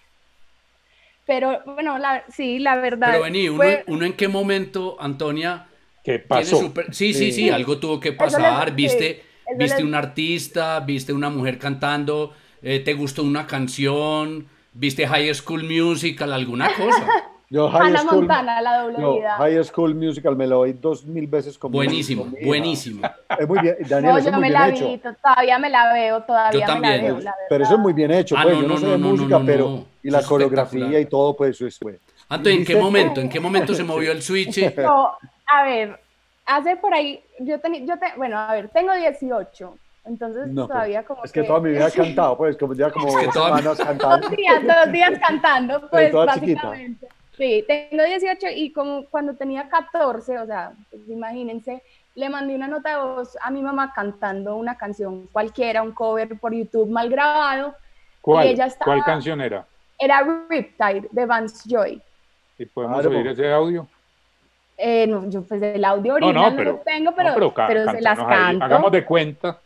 S4: Pero bueno, la, sí, la verdad.
S2: Pero vení, uno,
S4: fue-
S2: uno en qué momento, Antonia,
S1: ¿Qué
S2: tiene
S1: pasó?
S2: super- Sí, sí, sí,
S3: Sí.
S2: algo tuvo que
S4: les-
S2: pasar,
S4: sí,
S2: viste,
S4: eso
S2: viste
S4: les-
S2: un artista, viste una mujer cantando, eh, te gustó una canción, viste High School Musical,
S4: <laughs>
S2: alguna cosa.
S3: Yo, High
S4: Hannah
S3: School,
S4: Montana, la doble
S3: yo,
S4: vida.
S3: High School Musical, me lo oí dos mil veces con mi-
S2: buenísimo,
S3: con mi hija.
S2: buenísimo.
S3: Es muy bien, Daniel,
S4: No,
S3: eso
S4: yo
S3: es muy
S4: me
S3: bien
S4: la
S3: hecho. Eh,
S4: vi, to- todavía me la veo, todavía me
S2: también.
S4: la veo, la verdad.
S3: Pero eso es muy bien hecho,
S2: Ah,
S3: pues.
S2: no,
S3: yo no,
S2: no,
S3: sé
S2: no,
S3: de
S2: no,
S3: música,
S2: no,
S3: pero.
S2: no.
S3: Y la
S2: Eso es espectacular.
S3: coreografía y todo, pues eso es. güey.
S2: Antonia, ¿en qué
S3: ¿Viste?
S2: momento? ¿En qué momento se movió el switch?
S4: <laughs> Pero, a ver, hace por ahí, yo tenía, yo te- bueno, a ver, tengo 18, entonces
S3: No, pues,
S4: todavía como
S3: Es que toda mi
S4: <laughs>
S3: vida he cantado, pues, como ya como
S2: que toda mi-
S3: semanas cantando.
S4: dos días, dos días cantando, pues
S3: toda chiquita.
S4: básicamente. Sí, tengo 18 y como cuando tenía 14, o sea, pues, imagínense, le mandé una nota de voz a mi mamá cantando una canción cualquiera, un cover por YouTube mal grabado.
S1: ¿Cuál?
S4: ella estaba-
S1: ¿Cuál canción era?
S4: Era Riptide de Vance Joy.
S1: ¿Y podemos
S3: Claro.
S1: oír ese audio?
S4: Eh, no, yo pues el audio original no,
S1: pero-
S4: lo tengo,
S1: no,
S4: pero,
S1: ca-
S4: pero se las
S1: cántanos ahí.
S4: canto.
S1: Hagamos de cuenta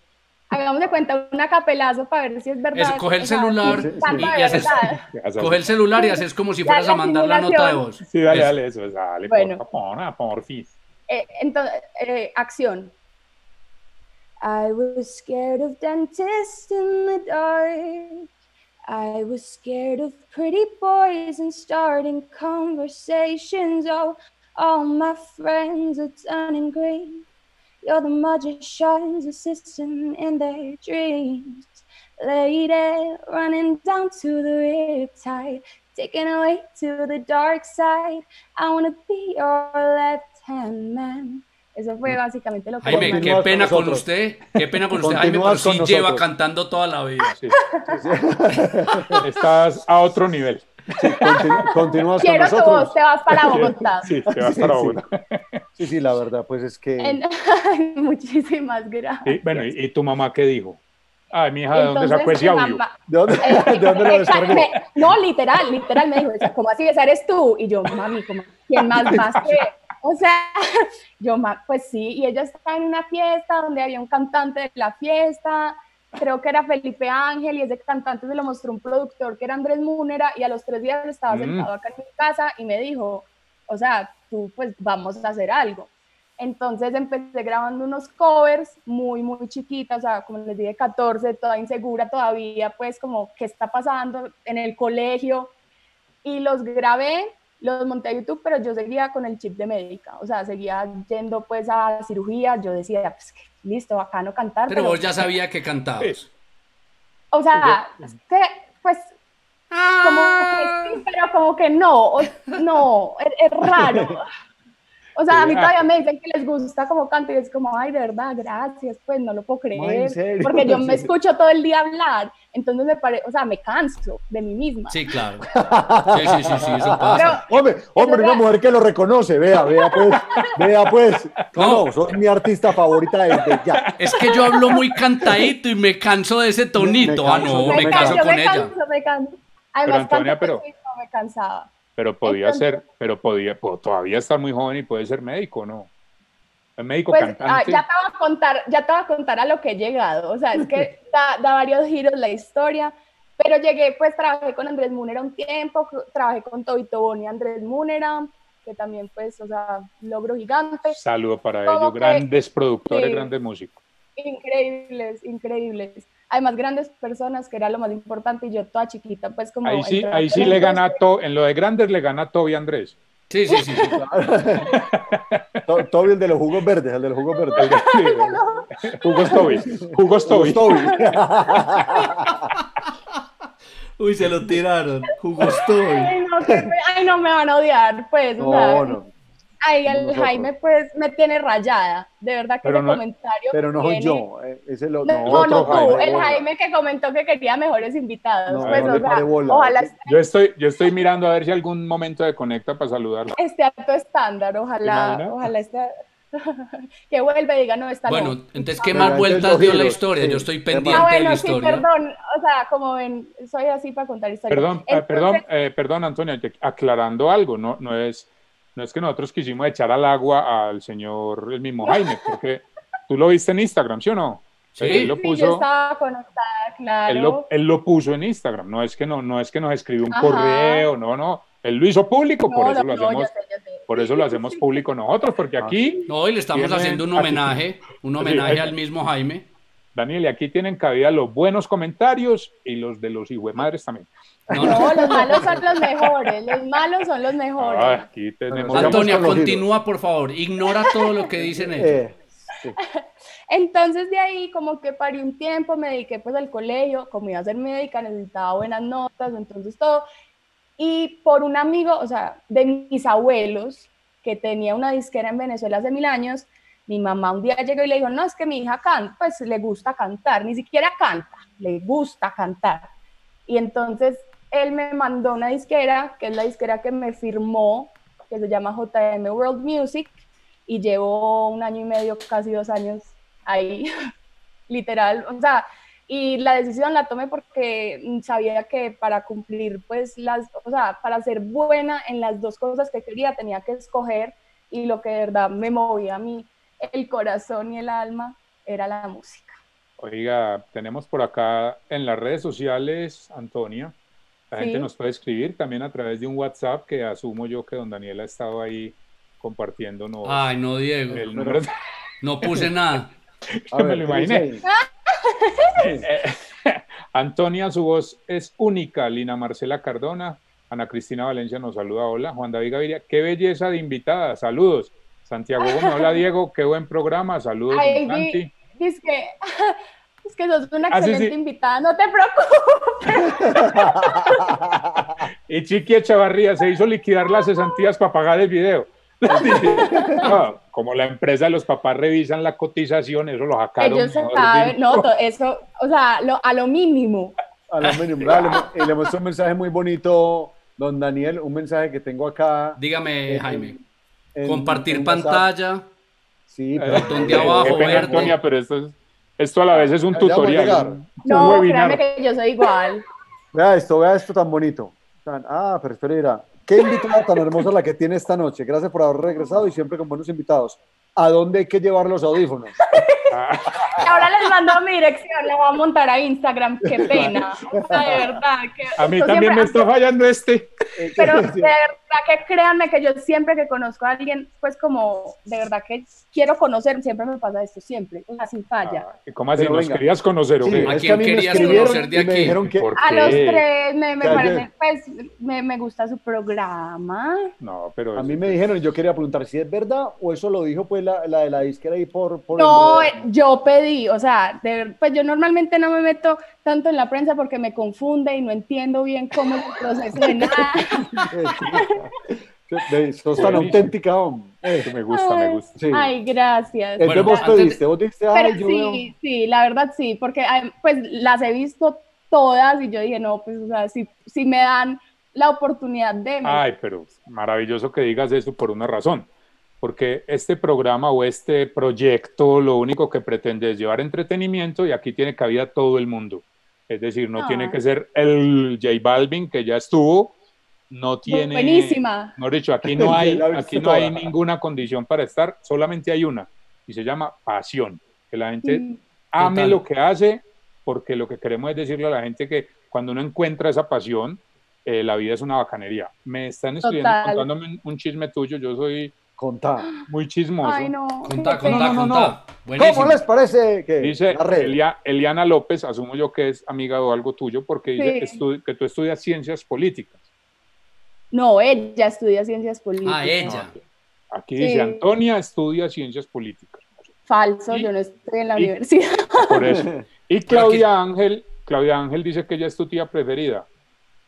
S4: hagamos de cuenta un acapelazo para ver si es verdad.
S2: Eso, coge el
S4: o sea,
S2: celular
S4: si es
S1: y-
S4: tanto de
S2: y haces-
S4: verdad.
S2: Coge el celular y haces como si
S4: La-
S2: fueras
S4: la
S2: a mandar la nota de
S4: simulación.
S2: voz.
S1: Sí, dale,
S2: Es-
S1: dale, eso, dale, ah,
S4: Bueno.
S1: porfa, porfa, porfis.
S4: Eh, entonces, eh, acción.
S5: I was scared of dentists in the dark. I was scared of pretty boys and starting conversations. Oh, all my friends are turning green. You're the magician's assistant in their dreams. Lady running down to the riptide, taken away to the dark side. I wanna be your left hand man.
S4: Eso fue básicamente lo que...
S2: Mm. Jaime, qué
S3: Continúas con
S2: pena con
S3: nosotros.
S2: usted. Qué pena con usted. Jaime, pero
S3: Continúas
S2: sí
S3: con
S2: lleva
S3: nosotros.
S2: cantando toda la vida.
S1: Sí, sí, sí. Estás a otro nivel.
S3: Continu- continúas con
S4: Quiero que
S3: nosotros.
S4: vos te vas
S3: <laughs>
S4: para Bogotá.
S1: Sí, te
S4: <laughs>
S1: vas para
S3: Sí, sí.
S1: Bogotá.
S3: Sí, sí, la verdad, pues es que.
S4: En- <laughs> Muchísimas gracias.
S1: Y, bueno, ¿y, y tu mamá qué dijo? Ay, mi hija, ¿de dónde
S4: Entonces,
S1: sacó ese
S4: mi
S1: audio?
S4: mamá-
S3: ¿De dónde,
S4: <laughs> eh,
S3: <laughs> ¿de dónde lo
S4: eh,
S3: descargó?
S4: me- no, literal, literal, me dijo, esa- ¿cómo así? ¿Esa eres tú? Y yo, mami, ¿cómo? ¿quién más más
S3: <laughs>
S4: que? O sea, <laughs> yo, ma- pues sí, y ella estaba en una fiesta donde había un cantante de la fiesta, creo que era Felipe Ángel, y ese cantante se lo mostró un productor que era Andrés Múnera, y a los tres días estaba
S1: Mm.
S4: sentado acá en mi casa y me dijo, o sea, tú, pues vamos a hacer algo. Entonces empecé grabando unos covers muy, muy chiquitas, o sea, como les dije, 14, toda insegura todavía, pues como qué está pasando en el colegio. Y los grabé, los monté a YouTube, pero yo seguía con el chip de médica, o sea, seguía yendo pues a cirugía, yo decía, pues que listo, bacano cantar.
S2: Pero
S4: pero-
S2: vos ya sabía que cantabas.
S1: Sí.
S4: o sea, es que, pues, como que
S2: Ah.
S4: sí, pero como que no, o- no, es, es raro. O sea, a mí
S1: Sí, ah.
S4: todavía me dicen que les gusta como canto y es como, ay, de verdad, gracias, pues no lo puedo
S3: Ay, ¿en
S4: creer.
S3: serio?
S4: Porque yo me escucho todo el día hablar, entonces me parece, o sea, me canso de mí misma.
S2: Sí, claro. Sí, sí, sí, sí, eso pasa.
S3: Hombre, hombre, una mujer que lo reconoce, vea, vea pues, vea pues. No,
S2: No.
S3: no, soy mi artista favorita desde ya.
S2: Es que yo hablo muy cantadito y me canso de ese tonito.
S3: Me- me
S2: ah, no,
S3: canso,
S2: me
S3: me
S2: caso
S3: canso,
S4: yo
S2: con
S4: me
S2: ella.
S4: canso, me canso. Además,
S1: Antonia,
S4: canto
S1: pero-
S4: por sí misma, me cansaba.
S1: Pero podía
S4: Entonces-
S1: ser, pero podía, po- todavía estar muy joven y puede ser médico, ¿no? Es médico
S4: Pues ah,
S1: cantante.
S4: ya te voy a contar, ya te voy a contar a lo que he llegado. O sea, es
S1: <laughs>
S4: que da, da varios giros la historia. Pero llegué, pues trabajé con Andrés Múnera un tiempo, co- trabajé con Tobito Boni, Andrés Múnera, que también, pues, o sea, logro gigante.
S1: Saludo para
S4: Como
S1: ellos,
S4: pues, que-
S1: grandes productores,
S4: sí.
S1: grandes músicos.
S4: Increíbles, increíbles. Además, grandes personas, que era lo más importante, y yo toda chiquita, pues, como.
S1: Ahí sí,
S4: entrando
S1: ahí
S4: en
S1: sí
S4: la
S1: le
S4: industria.
S1: gana a todo, en lo de grandes le gana a Toby
S4: <laughs>
S1: Andrés.
S2: Sí, sí, sí. sí.
S3: To- Toby, el de los jugos verdes, el de los jugos verdes.
S1: Sí, Jugos Toby, jugos Toby.
S3: Jugos Toby.
S2: <laughs> Uy, se lo tiraron.
S3: <laughs>
S2: Jugostoy.
S4: Ay, no, que me- ay, no, me van a odiar, pues. o
S3: <laughs>
S4: sea,
S3: No, no,
S4: Ay, el
S3: nosotros.
S4: Jaime, pues, me tiene rayada. De verdad que
S1: Pero
S4: ese
S1: no-
S4: comentario.
S3: pero no soy
S4: tiene-
S3: yo. eh, Ese lo,
S4: No,
S1: otro
S4: no, tú,
S1: Jaime,
S4: el
S1: bola.
S4: Jaime que comentó que quería mejores invitados.
S3: No,
S4: pues,
S1: no
S4: o
S1: le
S4: sea,
S3: pare bola.
S4: ojalá
S1: Yo estoy, yo estoy mirando a ver si algún momento de conecta para saludarla.
S4: esté a tu estándar, ojalá,
S1: imaginas?
S4: ojalá esté. <laughs> que vuelva y diga, no, está
S2: Bueno,
S4: no.
S2: entonces, ¿qué
S3: Pero
S2: más
S3: entonces
S2: vueltas
S3: los
S2: dio la
S3: giros,
S2: historia?
S3: sí.
S2: Yo estoy
S4: Ah,
S2: pendiente de la
S4: bueno, sí,
S2: historia.
S4: perdón. O sea, como ven, soy así para contar historias.
S1: Perdón, eh,
S4: Entonces,
S1: perdón, eh, perdón, Antonio, te- aclarando algo, no, no es, no es que nosotros quisimos echar al agua al señor el mismo Jaime, porque tú lo viste en Instagram, ¿sí o no?
S2: Sí.
S1: él lo
S4: sí,
S1: puso,
S4: yo estaba conectada, claro.
S1: él lo, él lo puso en Instagram, no es que no, no es que nos escribió un
S4: Ajá.
S1: correo, no, no, él lo hizo público, por
S4: No,
S1: eso
S4: no,
S1: lo
S4: no, yo
S1: hacemos,
S4: sé, yo sé.
S1: por eso lo hacemos público nosotros, porque aquí
S2: No, y le estamos
S1: Tienen
S2: haciendo un
S1: actitud.
S2: homenaje, un
S1: Sí,
S2: homenaje
S1: eh.
S2: al mismo Jaime.
S1: Daniel, y aquí tienen cabida los buenos comentarios y los de los madres también.
S2: No, no.
S4: No, los malos son los mejores. Los malos son los mejores.
S1: Ah, aquí tenemos
S3: Sigamos
S2: Antonia,
S3: con los
S2: continúa, por favor. Ignora todo lo que dicen ellos.
S3: eh, sí.
S4: Entonces de ahí como que paré un tiempo, me dediqué pues al colegio, como iba a ser médica, necesitaba buenas notas, entonces todo. Y por un amigo, o sea, de mis abuelos, que tenía una disquera en Venezuela hace mil años, mi mamá un día llegó y le dijo, no, es que mi hija canta, pues le gusta cantar, ni siquiera canta, le gusta cantar. Y entonces él me mandó una disquera, que es la disquera que me firmó, que se llama JM World Music, y llevo un año y medio, casi dos años ahí, <laughs> literal, o sea, y la decisión la tomé porque mm, sabía que para cumplir, pues, las, o sea, para ser buena en las dos cosas que quería, tenía que escoger y lo que de verdad me movía a mí, el corazón y el alma, era la música.
S1: Oiga, tenemos por acá en las redes sociales, Antonia, la
S4: Sí.
S1: gente nos puede escribir también a través de un WhatsApp que asumo yo que don Daniel ha estado ahí compartiéndonos
S2: Ay, no, Diego.
S1: el número.
S2: No puse nada.
S3: A <laughs>
S1: Me
S3: ver,
S1: lo
S3: ¿qué dice
S1: imaginé.
S3: ahí?
S1: Eh, <laughs> Antonia, su voz es única. Lina Marcela Cardona, Ana Cristina Valencia nos saluda. Hola, Juan David Gaviria. Qué belleza de invitada. Saludos. Santiago Gómez,
S4: <laughs>
S1: hola Diego, qué buen programa. Saludos,
S4: Ay,
S1: don
S4: di-
S1: Santi.
S4: Es que, <laughs> es que sos una
S1: Ah, sí,
S4: excelente
S1: sí.
S4: invitada, no te preocupes.
S1: Y Chiqui Echavarría se hizo liquidar las cesantías para pagar el video.
S3: <laughs>
S1: No, como la empresa de los papás revisan la cotización, eso lo sacaron.
S4: Ellos
S1: mejor
S4: saben,
S1: dicho.
S4: no, to- eso, o sea, lo- a lo mínimo.
S3: A lo mínimo, dale, y le muestro un mensaje muy bonito, don Daniel, un mensaje que tengo acá.
S2: Dígame,
S3: <laughs> en-
S2: Jaime.
S3: en-
S2: Compartir
S3: en WhatsApp.
S2: pantalla.
S3: Sí, pero-
S2: Botón de abajo,
S3: eh,
S1: Qué pena,
S2: verde.
S1: Antonia, pero esto, es- esto a la vez es un
S3: Ya vamos a
S1: tutorial.
S3: llegar.
S1: un- un
S4: No,
S1: webinar.
S4: créame que yo soy igual.
S3: Vea esto, vea esto tan bonito. Tan- ah, pero espera, mira, Qué invitada tan hermosa la que tiene esta noche. Gracias por haber regresado y siempre con buenos invitados. ¿A dónde hay que llevar los audífonos?
S4: Y ahora les mando mi dirección, la voy a montar a Instagram, qué pena. O sea,
S1: <laughs>
S4: de verdad. que-
S1: A mí
S4: yo
S1: también me
S4: siempre-
S1: está fallando este.
S4: Pero
S3: <laughs>
S4: de verdad que créanme que yo siempre que conozco a alguien, pues como de verdad que quiero conocer, siempre me pasa esto, siempre, o sea, sin falla.
S1: Ah, ¿Cómo así?
S3: Pero
S1: ¿Nos
S3: venga.
S1: querías conocer o
S3: Sí,
S1: qué?
S2: ¿A
S3: es que
S2: quién
S3: a mí me
S2: querías
S3: escribieron
S2: conocer de
S3: y me
S2: aquí?
S3: dijeron que
S1: ¿Por
S4: A los
S1: qué?
S4: tres me, me
S3: Ya, ya.
S4: parece, pues me, me gusta su programa.
S1: No, pero
S3: a
S1: es-
S3: mí me dijeron, yo quería preguntar si es verdad o eso lo dijo pues la, la de la disquera ahí por...
S1: Oh,
S3: por
S4: No, eh,
S3: <laughs> el-
S4: yo pedí, o sea, de ver- pues yo normalmente no me meto tanto en la prensa porque me confunde y no entiendo bien cómo es el proceso de nada.
S3: Ve, Sos tan
S1: Buenísimo.
S3: auténtica, hombre. Eh,
S1: me gusta, me gusta.
S3: Sí.
S4: Ay, gracias.
S3: Entonces
S2: Bueno,
S3: vos
S2: antes de-
S3: pediste, vos dijiste,
S4: Pero
S3: ay, yo veo-
S4: sí, sí, la verdad sí, porque ay, pues las he visto todas y yo dije, no, pues o sea, si, si me dan la oportunidad de... me-
S1: Ay, pero maravilloso que digas eso por una razón. Porque este programa o este proyecto lo único que pretende es llevar entretenimiento y aquí tiene cabida todo el mundo. Es decir, no
S4: Ah.
S1: tiene que ser el J Balvin que ya estuvo, no tiene...
S4: Buenísima.
S1: Mejor dicho, aquí
S3: <laughs>
S1: no hay,
S3: La viste
S1: aquí no hay
S3: toda.
S1: ninguna condición para estar, solamente hay una, y se llama pasión. Que la gente
S4: Mm,
S1: ame
S2: Total.
S1: lo que hace, porque lo que queremos es decirle a la gente que cuando uno encuentra esa pasión, eh, la vida es una bacanería. Me están escribiendo,
S4: Total.
S1: contándome un, un chisme tuyo, yo soy
S3: contá.
S1: muy chismoso.
S4: Ay, no.
S2: Contá,
S4: qué pena.
S2: contá,
S3: no, no,
S2: contá. Buenísimo.
S3: ¿Cómo les parece que
S1: Dice
S3: la red?
S1: Elia- Eliana López, asumo yo que es amiga o algo tuyo, porque dice
S4: Sí.
S1: estu- que tú estudias ciencias políticas.
S4: No, ella estudia ciencias políticas.
S2: Ah, ella.
S1: Aquí
S4: Sí.
S1: dice, Antonia estudia ciencias políticas.
S4: Falso,
S1: ¿Y?
S4: yo no estoy en la
S1: ¿Y?
S4: universidad.
S1: Por eso.
S3: <laughs>
S1: Y Claudia Ángel, Claudia Ángel dice que ella es tu tía preferida.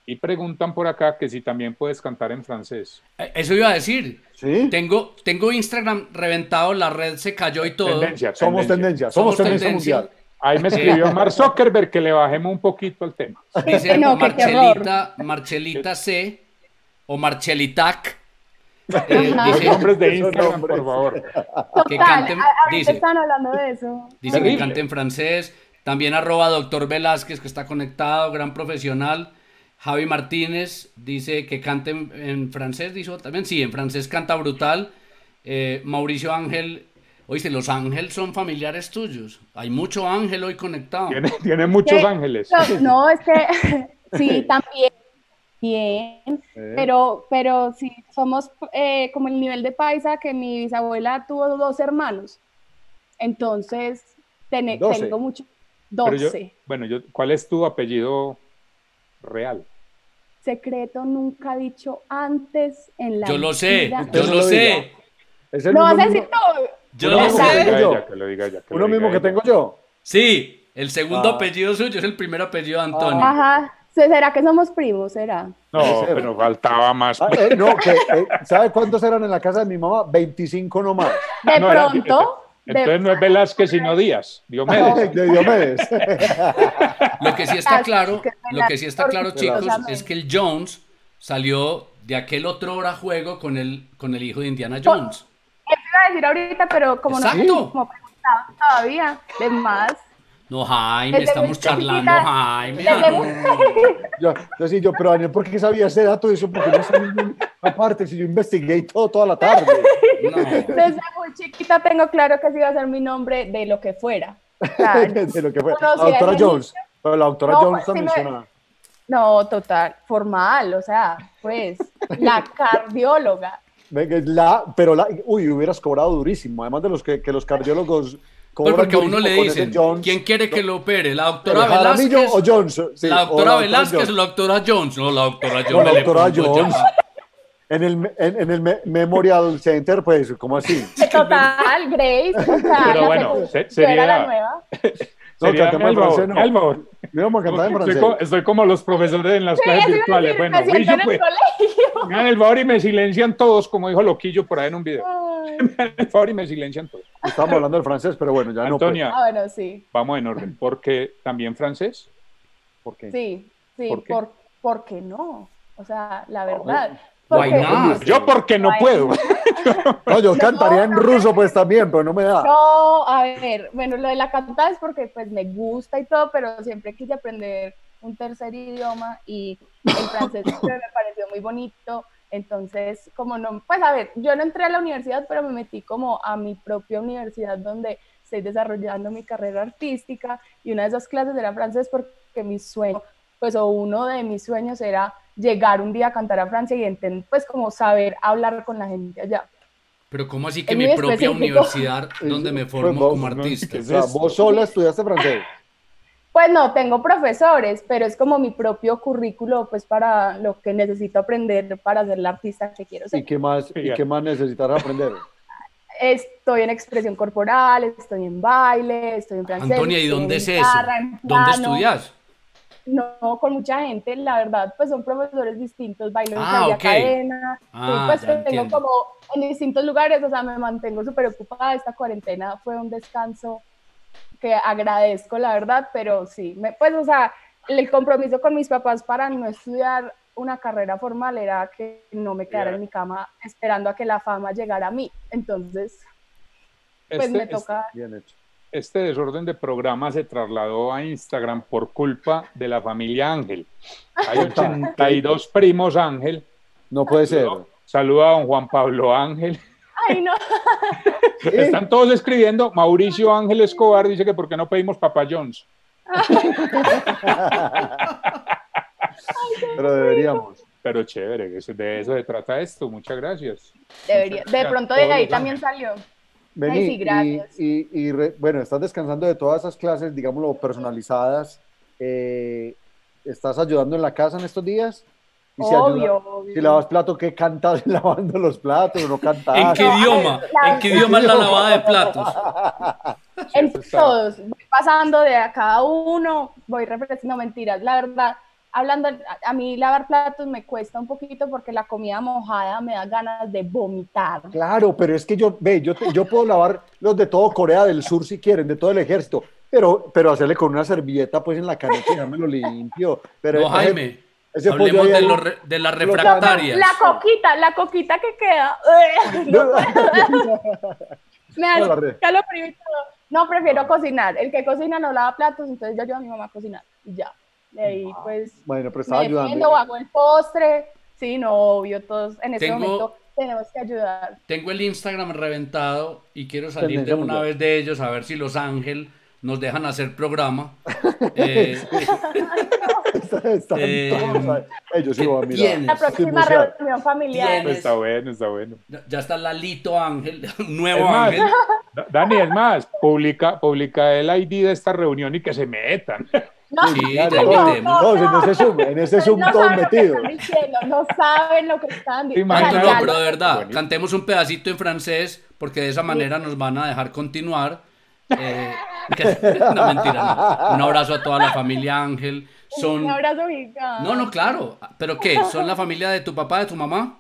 S1: Y preguntan por acá que si también puedes cantar en francés.
S2: Eh, Eso iba a decir.
S3: ¿Sí?
S2: Tengo, tengo Instagram reventado, la red se cayó y todo.
S1: Tendencia,
S3: Somos tendencia, somos,
S2: Somos
S3: tendencia
S2: tendencia.
S3: mundial.
S1: Ahí me escribió Mark Zuckerberg que le bajemos un poquito al tema.
S2: Dice
S4: <laughs> No, qué
S2: Marchelita, Marchelita C o Marchelitac. eh,
S4: Ajá.
S1: Los
S2: dice
S1: nombres de
S3: Esos
S1: Instagram,
S3: nombres.
S1: por favor.
S3: <laughs>
S2: que
S4: Total,
S2: canten,
S4: a- ahorita
S2: dice,
S4: están hablando de eso.
S2: dice que
S1: Terrible.
S2: cante en francés. También arroba doctor Velázquez, que está conectado, gran profesional. Javi Martínez dice que cante en, en francés, dijo también. Sí, en francés canta brutal. Eh, Mauricio Ángel, oíste, los ángeles son familiares tuyos. Hay mucho ángel hoy conectado.
S1: Tiene, tiene muchos
S4: Sí.
S1: ángeles.
S4: No, no, es que <laughs> sí, también. Bien,
S3: Eh,
S4: pero, pero sí, somos eh, como el nivel de paisa que mi bisabuela tuvo dos hermanos. Entonces, tene-
S3: Doce.
S4: tengo mucho.
S1: Pero yo-
S4: 12.
S1: bueno, yo, ¿cuál es tu apellido real?
S4: Secreto nunca dicho antes en la
S2: Yo lo sé,
S4: vida.
S2: yo
S3: Entonces
S2: lo
S3: no
S2: sé,
S3: diga. es el
S4: Lo vas
S3: mismo,
S4: a decir tú.
S2: yo
S3: No,
S2: lo
S3: no,
S1: Que lo
S2: sé.
S3: no.
S1: diga
S3: Yo.
S1: ella, que lo diga ella, que lo
S3: uno
S1: diga
S3: mismo que
S1: ella.
S3: tengo yo.
S2: Sí, el segundo
S3: Ah.
S2: apellido suyo es el primer apellido de Antonio.
S4: Ajá. ¿Será que somos primos? ¿Será?
S1: No, pero faltaba más.
S3: Ah, eh, no, que, eh, ¿sabe cuántos eran en la casa de mi mamá? 25 nomás.
S4: De
S1: No, era-
S4: pronto. de-
S1: <laughs> Entonces no es Velázquez sino Díaz,
S3: <laughs>
S1: Diomedes.
S3: De Diomedes.
S2: Lo que sí está
S4: Las-
S2: claro,
S4: Ah, que me
S2: lo que sí está
S4: las-
S2: claro,
S3: las-
S2: chicos,
S4: Totalmente.
S2: es que el Jones salió de aquel otro hora juego con el con el hijo de Indiana
S4: Por-
S2: Jones.
S4: Eso iba a decir ahorita, pero como
S2: Exacto.
S4: no como preguntaba todavía, de más.
S2: No, Jaime,
S4: Desde
S2: estamos
S4: muy
S2: charlando,
S4: chiquita-
S2: Jaime.
S4: desde
S2: no.
S4: muy-
S1: Mm.
S3: Yo, yo sí, yo, pero Daniel, ¿por qué sabía ese dato? Eso porque no sé ningún- Aparte, si yo investigué y todo toda la tarde.
S2: No.
S4: Desde muy chiquita tengo claro que ese iba a ser mi nombre de lo que fuera. Claro.
S3: <laughs> de lo que fue.
S4: Conocí
S3: La
S4: a
S3: doctora
S4: ese
S3: Jones. Pero la doctora
S4: No, pues,
S3: Jones
S4: sí
S3: también
S4: me-
S3: suena.
S4: No, total, formal, o sea, pues,
S3: <laughs>
S4: la cardióloga.
S3: Venga, es La, pero la, uy, hubieras cobrado durísimo. Además de los que, que los cardiólogos
S2: Pues
S3: cobran.
S2: porque a uno
S3: durísimo
S2: le
S3: con ese
S2: dicen,
S3: Jones,
S2: ¿quién quiere que lo opere? ¿La
S3: pero
S2: doctora
S3: Jaramillo
S2: Velázquez?
S3: o Jones? sí,
S2: ¿La doctora
S3: o
S2: Velázquez o
S3: Jones.
S2: la doctora Jones? No, la doctora Jones.
S3: No, la
S2: le
S3: doctora
S2: pongo
S3: Jones.
S2: ya.
S3: En el, me- en, en el me- Memorial Center, pues, ¿cómo así?
S4: Total, Grace, o sea,
S1: Pero
S4: la
S1: bueno,
S4: secu-
S1: se-
S4: yo era la
S1: sería-
S4: nueva.
S3: No,
S1: Sería
S3: cantemos en
S1: Álvaro,
S3: francés, no.
S1: Álvaro.
S3: Yo vamos a
S1: <laughs>
S3: cantar en
S1: Estoy,
S3: francés.
S1: co- estoy como los profesores en las
S4: Sí,
S1: clases
S4: eso iba a
S1: virtuales.
S4: decir,
S1: Bueno,
S4: me siento
S1: Guillo,
S4: en el
S1: pues,
S4: colegio.
S1: me hagan el favor y me silencian todos, como dijo Loquillo por ahí en un video. <laughs>
S4: Ay.
S1: Me hagan el favor y me silencian todos.
S3: Estamos hablando del francés, pero bueno, ya pues.
S1: Antonia,
S4: Ah, bueno, sí,
S1: vamos en orden. Porque también francés.
S3: no. Pues, porque
S4: sí, sí,
S1: ¿Por
S4: ¿por
S1: qué?
S4: por, qué no? O sea, la verdad.
S2: Why not?
S1: Yo porque no
S4: Ay. pues
S1: puedo.
S3: No, yo cantaría en
S4: no,
S3: ruso, pues también, pero no me da.
S4: No, a ver, bueno, lo de la cantada es porque pues me gusta y todo, pero siempre quise aprender un tercer idioma y el francés siempre me pareció muy bonito. Entonces, como no, pues a ver, yo no entré a la universidad, pero me metí como a mi propia universidad donde estoy desarrollando mi carrera artística y una de esas clases era francés porque mi sueño, pues o uno de mis sueños era llegar un día a cantar a Francia y entender, pues como saber hablar con la gente allá.
S2: Pero ¿cómo así que
S4: Es
S2: mi
S4: muy
S2: propia
S4: específico. <laughs>
S2: universidad donde me formo
S3: Pues, vos,
S2: como
S3: ¿no?
S2: artista?
S3: O sea, vos sola estudiaste
S4: <laughs>
S3: francés.
S4: Pues no, tengo profesores, pero es como mi propio currículo, pues para lo que necesito aprender para ser la artista que quiero
S3: ¿Y
S4: ser.
S3: qué más, y
S1: Ya.
S3: qué más necesitarás aprender?
S4: Estoy en expresión corporal, estoy en baile, estoy en francés.
S2: Antonia, ¿y
S4: estoy en
S2: dónde es eso?
S4: guitarra, en
S2: ¿Dónde
S4: piano.
S2: estudias?
S4: No, con mucha gente, la verdad, pues son profesores distintos, bailo en
S2: Ah,
S4: Claudia
S2: ok.
S4: Cadena, sí,
S2: Ah,
S4: pues
S2: ya
S4: tengo
S2: entiendo.
S4: como en distintos lugares, o sea, me mantengo súper ocupada, esta cuarentena fue un descanso que agradezco, la verdad, pero sí, me, pues, o sea, el compromiso con mis papás para no estudiar una carrera formal era que no me quedara
S1: Ya.
S4: en mi cama esperando a que la fama llegara a mí, entonces, pues
S1: Este-
S4: me toca...
S3: Bien hecho.
S1: este desorden de programa se trasladó a Instagram por culpa de la familia Ángel. Hay 82 primos Ángel.
S3: No puede ser.
S1: Saluda a don Juan Pablo Ángel.
S4: Ay, no, <laughs>
S1: Están todos escribiendo. Mauricio Ángel Escobar dice que por qué no pedimos Papa John's.
S3: <laughs> Pero deberíamos.
S1: Pero chévere, eso- de eso se trata esto. Muchas gracias.
S4: debería, de
S1: gracias.
S4: pronto de
S1: Todos
S4: ahí
S1: los
S4: también salió.
S3: Vení,
S4: Ay, sí,
S3: y-
S4: gracias.
S3: y, y re- bueno, estás descansando de todas esas clases, digámoslo, personalizadas. eh, ¿Estás ayudando en la casa en estos días? Y si, ayuda-
S4: Obvio, obvio.
S3: si lavas plato, ¿qué cantas <laughs> lavando los platos o no cantas?
S2: ¿En qué
S4: no,
S2: idioma?
S4: la-
S2: ¿En qué idioma es la lavada de platos?
S4: en
S1: eso está.
S4: todos, voy pasando de a cada uno, voy refrescando mentiras. La verdad, hablando, a- a mí lavar platos me cuesta un poquito porque la comida mojada me da ganas de vomitar.
S3: Claro, pero es que yo, ve, yo, te- yo puedo lavar los de todo Corea del Sur si quieren, de todo el ejército, pero, pero hacerle con una servilleta pues en la caneta y dármelo limpio. Pero
S2: No,
S3: ese-
S2: Jaime,
S3: ese pollo
S2: hablemos
S3: ahí-
S2: de, los re- de las
S3: lo-
S2: refractarias.
S4: La coquita, la coquita que queda.
S3: No, <laughs> No,
S4: me
S3: la
S4: da
S3: re- Ah.
S4: escalofrío y todo. No, prefiero cocinar. El que cocina no lava platos, entonces yo ayudo a mi mamá a cocinar. Y ya. De ahí, pues,
S3: Bueno, pero estaba
S4: me defiendo,
S3: ayudando.
S4: hago el postre. Sí, no, obvio, todos en este
S2: Tengo-
S4: momento tenemos que ayudar.
S2: Tengo el Instagram reventado y quiero salir de
S3: Tendencia
S2: una
S3: mundial.
S2: vez de ellos a ver si Los Ángel nos dejan hacer
S3: <laughs>
S2: programa. Eh,
S3: Están
S2: Eh,
S3: todos ahí. Ellos sí
S2: ¿qué
S3: van a mirar.
S4: La
S2: tienes?
S4: próxima
S3: Sin bucear.
S4: reunión familiar.
S2: Tienes.
S1: Pues Está bueno, está bueno.
S2: ya- ya está Lalito Ángel, <laughs> un
S1: Es
S2: nuevo
S1: más,
S2: Ángel.
S1: Da- Dani, es más, publica, publica el ID de esta reunión y que se metan.
S2: Sí,
S3: Claro,
S2: ya
S3: todos-
S2: invitemos.
S3: todos en ese Zoom, en ese Zoom
S4: Pues no
S3: todos
S4: saben lo que
S3: metidos.
S4: están diciendo, no saben lo que están diciendo.
S1: Imagínate,
S4: O
S2: Ay,
S4: sea,
S2: no,
S4: ya
S2: pero de verdad,
S1: Bonito.
S2: cantemos un pedacito en francés porque de esa manera nos van a dejar
S4: <laughs>
S2: continuar. Eh, <laughs> no, mentira, no. Un abrazo a toda la familia Ángel. Son...
S4: Un abrazo ah, gigante.
S2: No, no, claro. ¿Pero qué? ¿Son la familia de tu papá, de tu mamá?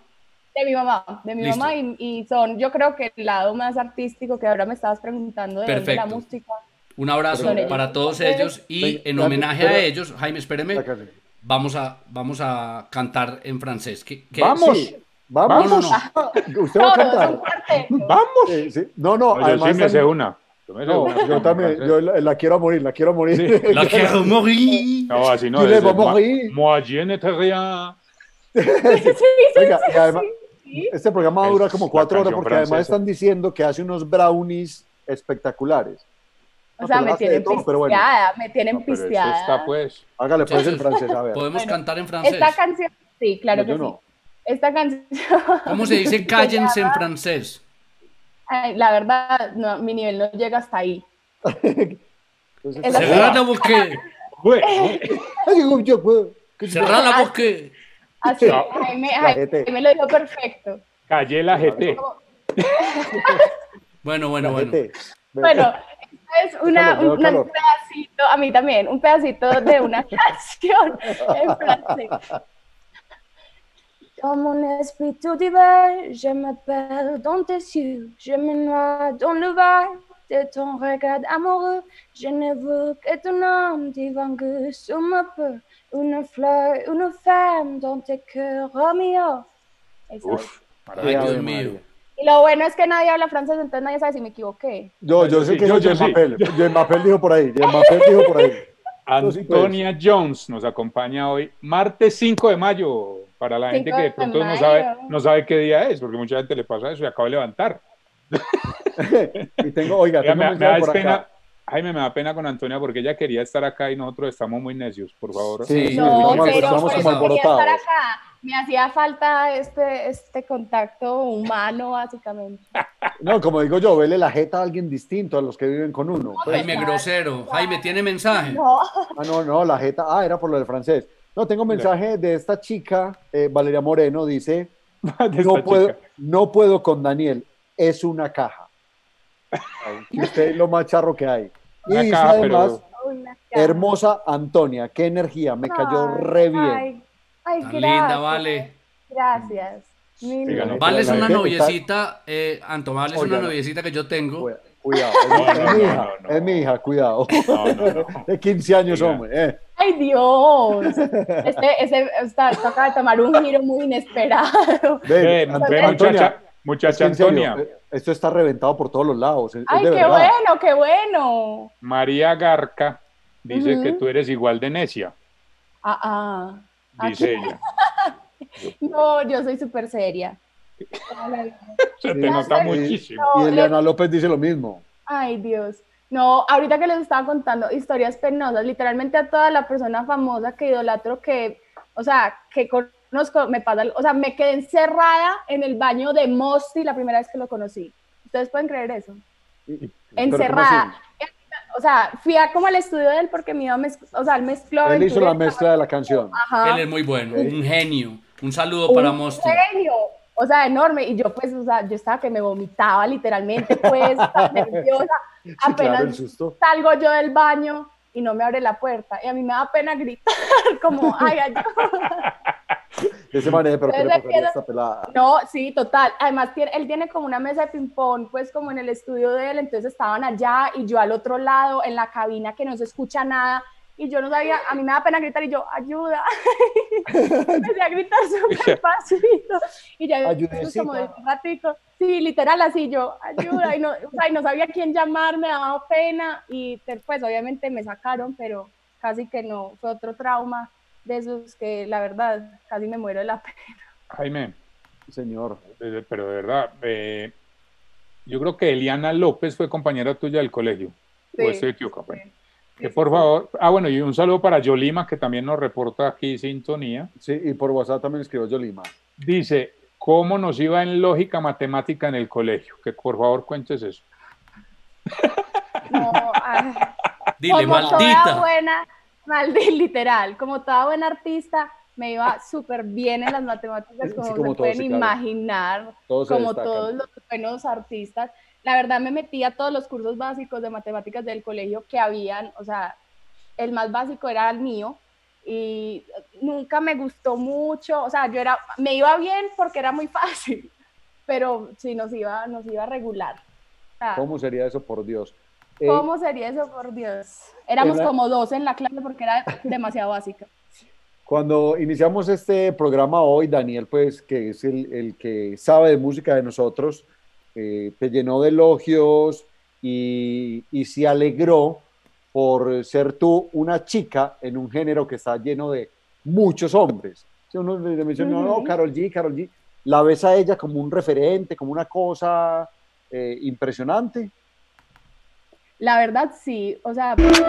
S4: De mi mamá, de mi
S2: Listo.
S4: mamá y, y son, yo creo que el lado más artístico que ahora me estabas preguntando de dónde
S2: Perfecto.
S4: la música.
S2: Un abrazo
S4: Pero-
S2: para todos ellos y
S3: Venga,
S2: en
S3: la-
S2: homenaje a
S3: pero-
S2: ellos, Jaime, espéreme,
S3: La canción.
S2: vamos a, vamos a cantar en francés. ¿Qué-
S1: <laughs>
S2: qué-
S1: Vamos,
S3: Sí, Vamos.
S2: No, no,
S3: Usted va a
S4: Todos son
S3: cantar. <laughs>
S4: cuartetos.
S1: vamos.
S3: Sí, sí. No, no,
S1: No, yo sí me
S3: además.
S1: sé una. Yo me sé
S3: No,
S1: una.
S3: yo también, yo la, la quiero a morir, la quiero a morir. <laughs>
S2: La quiero morir.
S1: No, así no.
S3: Dile,
S1: es- es
S3: vamos
S1: moi-
S3: ahí.
S1: moi, je n'étais rien.
S4: <laughs> Sí, sí,
S3: Oiga, y además,
S4: sí.
S3: este programa
S1: Es
S3: dura como
S1: la
S3: cuatro horas
S1: canción
S3: porque además
S1: francesa.
S3: están diciendo que hace unos brownies espectaculares.
S4: O sea,
S3: pero
S4: me
S3: hace de
S4: tienen
S3: todo, pero bueno.
S4: pisteada, me tienen
S1: No, pero eso
S4: pisteada.
S1: está pues.
S3: Hágale pues en
S2: Muchachos,
S3: francés, a ver.
S2: Podemos
S4: Bueno,
S2: cantar en francés.
S4: Esta canción, sí, claro
S3: No,
S4: que
S3: yo
S4: sí.
S3: no.
S4: Esta canción, <laughs>
S2: ¿Cómo se dice cállense en francés?
S4: ay, la verdad, no, mi nivel no llega hasta ahí.
S3: Entonces, <laughs>
S4: Es la-
S2: Cerrar la boca.
S1: Bueno,
S3: Ay, yo puedo.
S2: Cerrar la boca.
S4: Así,
S1: No. E
S4: Jaime,
S3: La
S4: Jaime
S3: gente.
S4: lo dijo perfecto.
S1: callé la GT.
S2: Bueno, bueno, bueno.
S3: Vete.
S4: Bueno, esta es una,
S3: Calor, calor,
S4: un, un
S3: calor.
S4: pedacito, a mí también, un pedacito
S1: <laughs>
S4: de una canción en francés.
S5: Dans mon esprit tout divers, je m'appelle dans tes yeux, je me noie dans le verre de ton regard amoureux. Je ne veux que ton âme divague sous ma peau, une fleur, une femme dans tes cœurs, Romeo.
S4: Eso es.
S1: Uf,
S2: Ay,
S1: maravilla.
S3: Ave
S2: Dios mío.
S3: María.
S4: Y lo bueno es que nadie habla francés, entonces nadie sabe si me equivoqué.
S3: Yo, yo sé
S1: Sí,
S3: que
S1: yo-
S3: es
S1: yo
S3: Jean
S1: sí.
S3: Mapel. Jean Mapel dijo por ahí. Jean Mapel dijo
S1: <laughs>
S3: por ahí. sí, pues.
S1: Antonia Jones nos acompaña hoy, martes 5 de mayo, para la gente
S4: 5
S1: que de
S4: de
S1: pronto no
S4: mayo.
S1: sabe, no sabe qué día es, porque mucha gente le pasa eso y acaba de levantar.
S3: Y tengo, oiga,
S1: Oiga,
S3: tengo
S1: me,
S3: un
S1: me da
S3: mensaje por
S1: pena,
S3: acá.
S1: Jaime, me da pena con Antonia porque ella quería estar acá y nosotros estamos muy necios, por favor.
S3: Sí,
S2: Sí,
S3: no,
S2: no,
S3: estamos,
S2: pero
S3: estamos
S2: por eso
S3: como
S4: pues, quería
S3: alborotados.
S4: estar acá. Me hacía falta este, este contacto
S1: <laughs>
S4: humano, básicamente.
S3: No, como digo yo, vele la jeta a alguien distinto a los que viven con uno. pues.
S2: Jaime grosero. Jaime tiene mensaje.
S4: No,
S3: Ah, no, no, la jeta. Ah, era por lo del francés. No, tengo un mensaje de esta chica, eh, Valeria Moreno, dice,
S1: De <laughs>
S3: no
S1: esta
S3: puedo,
S1: chica.
S3: no puedo con Daniel, es una caja. Ay, que usted es lo más charro que hay. Y
S1: Una
S3: dice
S1: caja,
S3: además,
S4: una cara.
S3: hermosa Antonia, qué energía, me cayó
S4: Ay,
S3: re bien.
S4: Ay, ay,
S2: Tan
S4: gracias.
S2: linda, vale.
S4: Gracias. Mil
S1: Oiga, no,
S4: gracias.
S2: Vale es
S3: La
S2: una
S3: gente está-
S2: noviecita, eh, Anto, Vale es
S3: Oiga,
S2: una
S3: no.
S2: noviecita que yo tengo.
S3: Cuida- Cuidado,
S1: No, no,
S3: es mi
S1: no,
S3: hija,
S1: no, no.
S3: es mi
S1: <laughs>
S3: hija, cuidado.
S1: No, no, no.
S3: <laughs> De 15 años,
S1: Oiga.
S3: hombre. eh.
S4: Ay, Dios.
S3: <laughs>
S4: Este, este, está, esto acaba de tomar un giro muy inesperado.
S1: Ve,
S3: Ven, Ant-
S1: ve, muchacha, muchacha
S3: en serio,
S1: Antonia,
S3: eh, esto está reventado por todos los lados. es- es
S4: Ay,
S3: de
S4: qué
S3: verdad.
S4: bueno, qué bueno.
S1: María Garca dice
S4: Ujú.
S1: que tú eres igual de necia,
S4: Ah, ah. Ah,
S1: dice
S4: qué-
S1: ella. <laughs>
S4: No, yo soy súper seria.
S1: <laughs> Se
S3: Sí,
S1: te nota
S3: sí.
S1: muchísimo.
S4: No,
S3: Y
S4: le-
S3: Eliana López dice lo mismo.
S4: Ay, Dios. No, ahorita que les estaba contando historias penosas, literalmente a toda la persona famosa que idolatro, que, o sea, que conozco, me pasa, o sea, me quedé encerrada en el baño de Mosti la primera vez que lo conocí. ¿Ustedes pueden creer eso?
S3: Pero ¿cómo
S4: Encerrada. O sea, fui a como al estudio de él porque mi iba a mezc- o sea, él mezcló
S3: así? Él hizo la
S4: aventuras.
S3: mezcla de la canción.
S4: Ajá.
S2: Él es muy bueno, un genio. Un saludo para
S4: un
S2: Mosti.
S4: genio, o sea, enorme. Y yo, pues, o sea, yo estaba que me vomitaba
S3: <laughs>
S4: literalmente, pues, estaba nerviosa.
S3: Sí, claro, el
S4: Apenas
S3: susto.
S4: salgo yo del baño y no me abre la puerta. Y a mí me da pena gritar, <laughs> como, ay, ayuda.
S3: Ese manejo, pero ¿qué le
S4: Entonces,
S3: pasaría a
S4: le
S3: esta <laughs> pelada?
S4: No, sí, total. Además, tiene- él tiene como una mesa de ping-pong, pues como en el estudio de él, entonces estaban allá y yo al otro lado, en la cabina que no se escucha nada. Y yo no sabía, a mí me da pena gritar y yo, ayuda. <laughs> Empecé a gritar súper pasito. Y ya después pues, como de un ratico, sí, literal así yo, ayuda. Y no, o sea, y no sabía quién llamar, me daba pena. Y después, obviamente, me sacaron, pero casi que no. Fue otro trauma de esos que, la verdad, casi me muero de la pena.
S1: Jaime,
S3: Señor.
S1: eh, pero de verdad, eh, yo creo que Eliana López fue compañera tuya del colegio. O
S4: Sí.
S1: estoy equivocado.
S3: pues.
S1: bueno.
S4: Sí,
S1: Que
S4: sí,
S1: por
S4: sí.
S1: favor, ah, bueno, y un saludo para Yolima, que también nos reporta aquí sintonía.
S3: Sí, y por WhatsApp también escribió Yolima.
S1: Dice, ¿cómo nos iba en lógica matemática en el colegio? Que por favor cuentes eso.
S4: No, ay,
S2: <laughs> Dile,
S4: como toda
S2: maldita.
S4: buena, maldi- <laughs> literal, como toda buena artista, me iba súper bien en las matemáticas,
S3: Sí,
S4: como,
S3: como
S4: se
S3: todos,
S4: pueden
S3: sí, claro.
S4: imaginar,
S3: Todos se
S4: como
S3: destacan.
S4: todos los buenos artistas. La verdad me metí a todos los cursos básicos de matemáticas del colegio que habían, o sea, el más básico era el mío y nunca me gustó mucho, o sea, yo era, me iba bien porque era muy <laughs> fácil, pero sí nos iba, nos iba a regular. O sea,
S3: ¿Cómo sería eso, por Dios? Eh,
S4: ¿Cómo sería eso, por Dios? Éramos
S3: Era-
S4: como dos en la clase porque era demasiado básica.
S3: Cuando iniciamos este programa hoy, Daniel, pues, que es el, el que sabe de música de nosotros, eh, te llenó de elogios y, y se alegró por ser tú una chica en un género que está lleno de muchos hombres. Si uno le mencionó,
S4: Ujú.
S3: no, Carol G, Carol G, la ves a ella como un referente, como una cosa eh, impresionante.
S4: La verdad, sí. O sea, pues,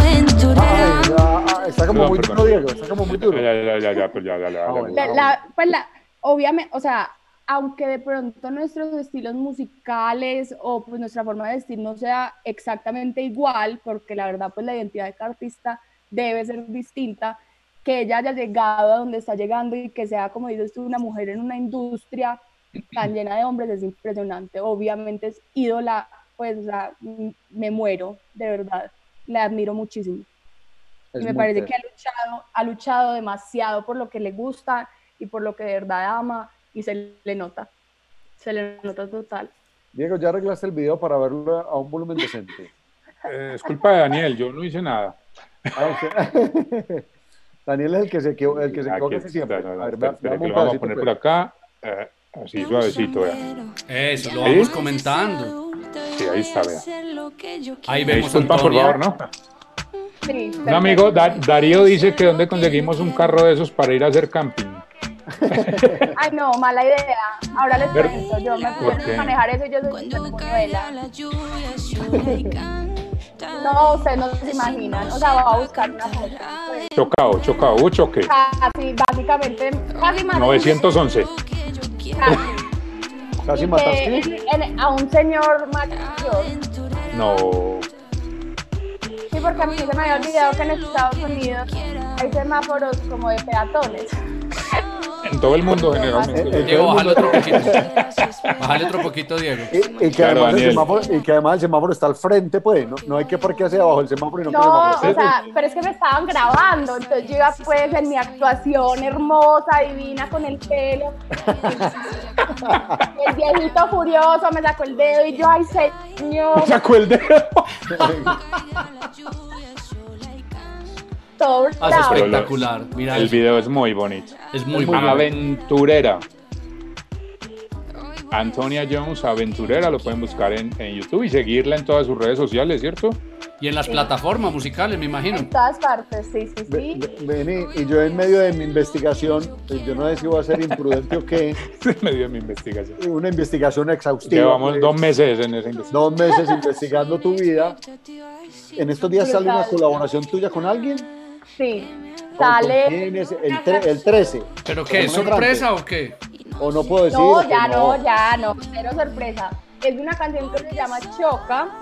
S3: Ay, ya, ah, está como
S1: Perdón,
S3: muy
S1: perdón.
S3: duro, Diego, está como muy duro.
S1: Ya, ya, ya, pues ya, pero ya, ya, ya,
S3: Ah,
S1: ya.
S3: bueno.
S4: la- la- pues la- obviamente, o sea, aunque de pronto nuestros estilos musicales o pues nuestra forma de vestir no sea exactamente igual, porque la verdad pues la identidad de cada artista debe ser distinta, que ella haya llegado a donde está llegando y que sea, como dices tú, una mujer en una industria tan llena de hombres es impresionante. Obviamente es ídola, pues o sea, m- me muero, de verdad. La admiro muchísimo. Y
S3: Es
S4: me
S3: muy
S4: parece
S3: feo.
S4: que ha luchado, ha luchado demasiado por lo que le gusta y por lo que de verdad ama y se le nota. Se le nota total.
S3: Diego, ya arreglaste el video para verlo a un volumen decente.
S1: Eh, es culpa de Daniel, yo no hice nada.
S3: Ah, ok. <laughs> Daniel es el que se quedó, el que Pues se quedó
S1: Aquí
S3: casi
S1: está,
S3: siempre.
S1: no, no,
S3: A ver,
S1: espera,
S3: ve-
S1: espera,
S3: veamos
S1: que
S3: un
S1: lo vamos a
S3: pedacito,
S1: poner
S3: pues.
S1: por acá, eh, así suavecito. vea.
S2: Eso, lo
S1: ¿Sí?
S2: vamos comentando.
S1: Sí, ahí está, vea.
S2: Ahí
S1: Eh,
S2: vemos
S1: disculpa, por
S2: Antonia.
S1: favor, ¿no?
S4: Sí,
S1: Un amigo, Da- Darío dice que dónde conseguimos un carro de esos para ir a hacer camping.
S4: Ay, no, mala idea. Ahora les
S1: Pero-
S4: cuento. Yo me
S1: ¿Por
S4: puedo
S1: qué?
S4: manejar eso. Yo soy una buñuela. No, ustedes no se imaginan. O sea, va a buscar una foto. Pues,
S1: Chocado, chocado, hubo choque.
S4: casi, básicamente, casi más.
S1: 911.
S4: Ah.
S3: Casi
S4: que
S3: mataste.
S4: en- en- a un señor mayor.
S1: No.
S4: Sí, porque a mí se me había olvidado que en Estados Unidos hay semáforos como de peatones.
S1: En todo el mundo
S3: Eh,
S1: generalmente.
S3: eh,
S2: Diego,
S3: todo el
S2: bájale
S3: mundo-
S2: otro poquito. Bájale otro poquito, Diego.
S3: Y, y que
S1: Claro,
S3: además el
S1: Daniel.
S3: semáforo, y que además el semáforo está al frente, pues. No, no hay que parquearse abajo del semáforo y no, ¿eh? que el
S4: No, o
S3: semáforo esté-
S4: sea, pero es que me estaban grabando, entonces yo iba pues en mi actuación hermosa, divina, con el
S3: <laughs>
S4: pelo. El viejito furioso me sacó el dedo y yo, ay
S1: <laughs>
S4: señor,
S1: Sacó el dedo.
S4: todo
S2: Ah, es
S4: bravo.
S1: Pero lo-
S2: espectacular. Mira,
S1: El
S2: eso.
S1: video es muy bonito.
S2: es muy
S3: muy
S2: bueno.
S1: Aventurera. Antonia Jones, aventurera, lo pueden buscar en, en YouTube y seguirla en todas sus redes sociales, ¿cierto? <laughs>
S2: Y en las plataformas musicales, me imagino.
S4: En todas partes, sí, sí,
S3: Ve-
S4: sí.
S3: ve- Vení, y yo en medio de mi investigación, pues, yo no sé si voy a ser imprudente o qué,
S1: Me dio mi investigación.
S3: una investigación exhaustiva.
S1: Llevamos
S3: pues,
S1: dos meses en esa investigación.
S3: dos meses investigando tu vida. En estos días sale una colaboración tuya con alguien.
S4: Sí,
S3: ¿Con- con
S4: sale.
S3: quién es? El, tre- el 13.
S2: ¿Pero qué?
S3: Como una
S2: ¿Sorpresa o qué?
S3: O no puedo decir.
S4: No,
S3: o
S4: ya no,
S3: no.
S4: ya no, cero sorpresa. Es una canción que se llama Choca,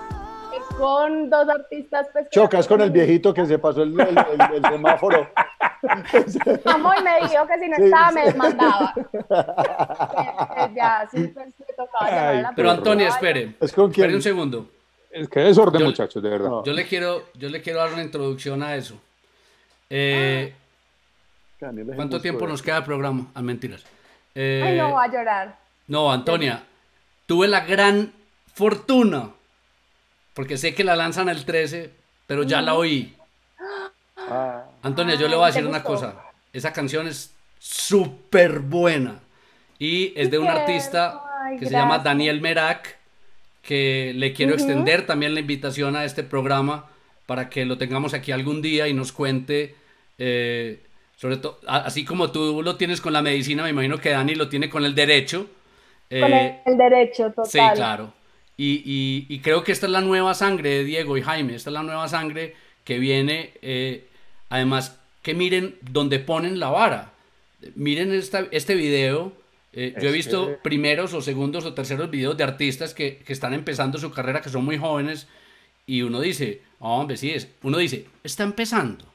S4: es con dos artistas. Pues, que-
S3: Chocas con el viejito que se pasó el, el- el- el semáforo.
S4: Amor, y me dijo que si no
S3: Sí,
S4: estaba
S3: sí. <laughs>
S4: me demandaba. Entonces, ya, sí, pues, me tocaba llamar a
S1: Ay,
S4: la
S1: qué
S2: Pero
S4: policía.
S2: Antonia, espere.
S3: Es con
S2: Espere
S3: quien.
S2: un segundo.
S1: Es que desorden,
S2: Yo-
S1: muchachos, de verdad.
S3: No.
S2: Yo le quiero, yo le quiero dar una introducción a eso. Eh,
S4: Ah,
S3: Daniel, es
S2: ¿Cuánto
S3: justo,
S2: tiempo
S3: eh.
S2: nos queda de programa? Ah, mentiras. Eh,
S4: Ay, no, ah, va a llorar.
S2: no, Antonia, tuve la gran fortuna, porque sé que la lanzan el 13, pero ya la oí.
S3: Ah,
S2: Antonia, yo le voy a
S4: Ay, ¿te
S2: decir una
S4: gustó?
S2: cosa. Esa canción es súper buena. Y es de un
S4: Súper.
S2: artista
S4: Ay,
S2: que se llama
S4: gracias.
S2: Daniel Merak, que le quiero extender también la invitación a este programa para que lo tengamos aquí algún día y nos cuente, eh, sobre todo, a- así como tú lo tienes con la medicina, me imagino que Dani lo tiene con el derecho.
S4: Con
S2: Eh,
S4: el, el derecho, total.
S2: Sí, claro. Y, y- y creo que esta es la nueva sangre de Diego y Jaime. Esta es la nueva sangre que viene. eh, además, que miren donde ponen la vara. Miren esta- este video. eh, yo he
S1: Es
S2: visto
S1: que-
S2: primeros o segundos o terceros videos de artistas que, que están empezando su carrera, que son muy jóvenes. Y uno dice, "Ah, hombre, sí es. Uno dice, está empezando.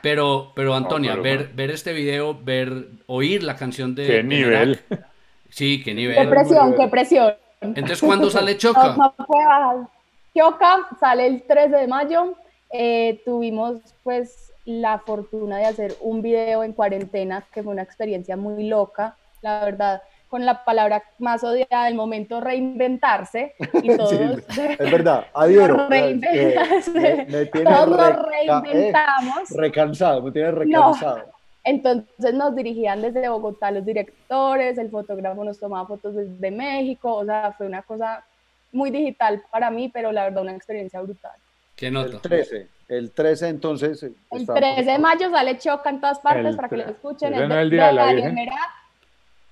S2: Pero, pero Antonia,
S1: pero-
S2: ver, ver este video, ver, oír la canción de.
S1: Qué
S2: de
S1: nivel.
S2: <laughs> Merak. Sí, qué
S4: Qué
S2: nivel.
S4: presión, qué presión.
S2: Entonces, ¿cuándo sale
S4: No,
S2: Choca?
S4: no puede bajar. Choca sale el 13 de mayo. Eh, tuvimos pues la fortuna de hacer un video en cuarentena, que fue una experiencia muy loca, la verdad, con la palabra más odiada del momento, reinventarse. Y todos,
S3: <laughs> sí, es verdad, adhiero.
S4: Nos
S3: Eh,
S4: reinventas.
S3: me,
S4: <laughs>
S3: me tiene
S4: todos nos
S3: reca-
S4: reinventamos.
S3: eh, recansado, me tiene recansado.
S4: Entonces nos dirigían desde Bogotá los directores, el fotógrafo nos tomaba fotos desde México, o sea, fue una cosa muy digital para mí, pero la verdad una experiencia brutal.
S2: ¿Qué
S3: El
S2: nota?
S3: 13. El 13 entonces. eh,
S4: El
S3: está-
S4: 13 de mayo sale Choca en todas partes
S1: El
S4: para que lo
S1: tre-
S4: escuchen.
S1: ese
S4: es
S1: no es el Día de la
S4: Daniel
S1: Virgen.
S4: Merak.